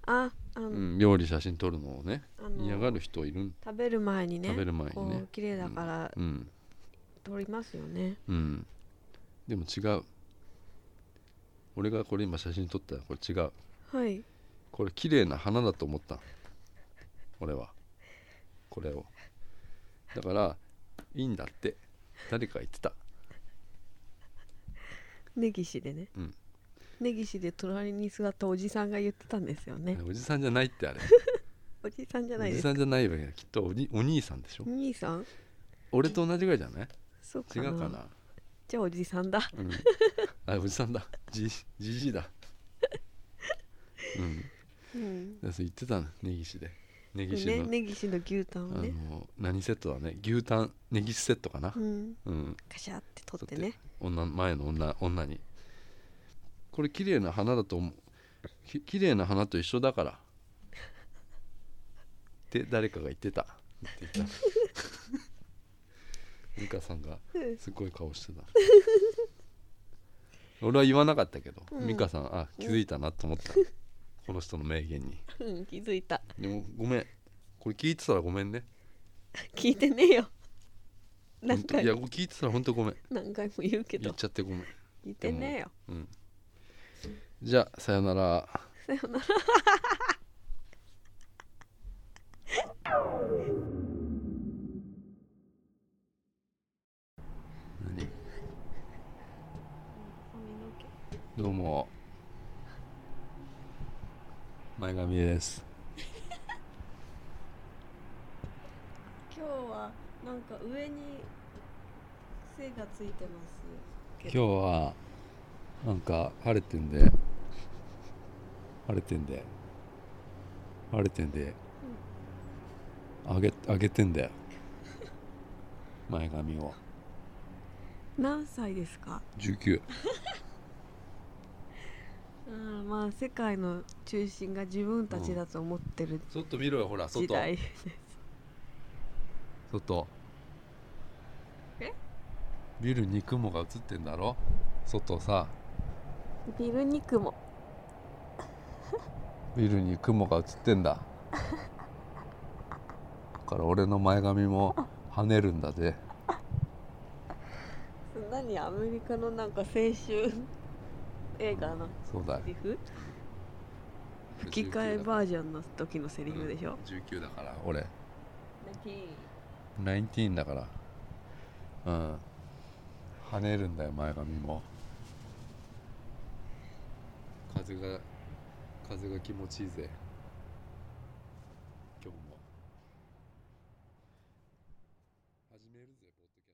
[SPEAKER 2] ああの、
[SPEAKER 1] うん、料理写真撮るのをね
[SPEAKER 2] あの
[SPEAKER 1] 嫌がる人いるん
[SPEAKER 2] 食べる前にね
[SPEAKER 1] 食べる前に
[SPEAKER 2] こ
[SPEAKER 1] ね
[SPEAKER 2] う綺麗だから
[SPEAKER 1] うん
[SPEAKER 2] 撮りますよね、
[SPEAKER 1] うんでも違う俺がこれ今写真撮ったらこれ違う
[SPEAKER 2] はい
[SPEAKER 1] これ綺麗な花だと思った俺はこれをだからいいんだって誰か言ってた
[SPEAKER 2] 根岸でね、
[SPEAKER 1] うん
[SPEAKER 2] 根岸で隣に座ったおじさんが言ってたんですよね
[SPEAKER 1] おじさんじゃないってあれ
[SPEAKER 2] おじさんじゃな
[SPEAKER 1] お
[SPEAKER 2] いで
[SPEAKER 1] じ
[SPEAKER 2] すか
[SPEAKER 1] さんじゃないわけだきっとおにお兄さんでしょ
[SPEAKER 2] お兄さん
[SPEAKER 1] 俺と同じぐらいじゃない
[SPEAKER 2] そうか
[SPEAKER 1] 違う
[SPEAKER 2] な
[SPEAKER 1] かな、
[SPEAKER 2] じゃあおじさんだ
[SPEAKER 1] うん、あおじさんだじじじいだうん
[SPEAKER 2] うん
[SPEAKER 1] だからそう言ってたの根岸で根岸
[SPEAKER 2] ね
[SPEAKER 1] の,、
[SPEAKER 2] 根岸の牛タンをね
[SPEAKER 1] あの何セットだね牛タン根岸セットかな
[SPEAKER 2] うん
[SPEAKER 1] うん
[SPEAKER 2] カシャって取ってね
[SPEAKER 1] 女前の女女にこれ綺麗な花だと思うき綺麗な花と一緒だからって誰かが言ってたって言っ た美香さんが
[SPEAKER 2] うん
[SPEAKER 1] すごい顔してた俺は言わなかったけど、
[SPEAKER 2] うん
[SPEAKER 1] 美香さんあ気づいたなと思った、この人の名言に
[SPEAKER 2] うん気づいた
[SPEAKER 1] でもごめんこれ聞いてたらごめんね
[SPEAKER 2] 聞いてねえよ
[SPEAKER 1] 本
[SPEAKER 2] 何
[SPEAKER 1] 当い
[SPEAKER 2] 回
[SPEAKER 1] や
[SPEAKER 2] も
[SPEAKER 1] 聞いてたら本当ごめん
[SPEAKER 2] 何回も言うけ
[SPEAKER 1] 言
[SPEAKER 2] ど
[SPEAKER 1] っちゃってごめん
[SPEAKER 2] 聞いてねえよ
[SPEAKER 1] うんじゃあさよなら
[SPEAKER 2] さよなら
[SPEAKER 1] 何どうも前髪です
[SPEAKER 2] 今日はなんか上に背がついてます
[SPEAKER 1] 今日はなんか晴れてんで晴れてんで晴れてんで上げ上げてんだよ前髪を
[SPEAKER 2] 何歳ですか
[SPEAKER 1] 19
[SPEAKER 2] うんまあ世界の中心が自分たちだと思ってる
[SPEAKER 1] 外見ろよほら
[SPEAKER 2] 時
[SPEAKER 1] 外
[SPEAKER 2] 代、
[SPEAKER 1] 外
[SPEAKER 2] え
[SPEAKER 1] ビルに雲が映ってんだろ外さ
[SPEAKER 2] ビルニクも
[SPEAKER 1] ビルに雲が映ってんだ だから俺の前髪も跳ねるんだぜ
[SPEAKER 2] 何アメリカのなんか青春映画の
[SPEAKER 1] そうだよ
[SPEAKER 2] セリフ吹き替えバージョンの時のセリフでしょ、
[SPEAKER 1] 19だから俺19だからううん跳ねるんだよ前髪も風が風が気持ちいいぜ今日も始めるぜポッドキャスト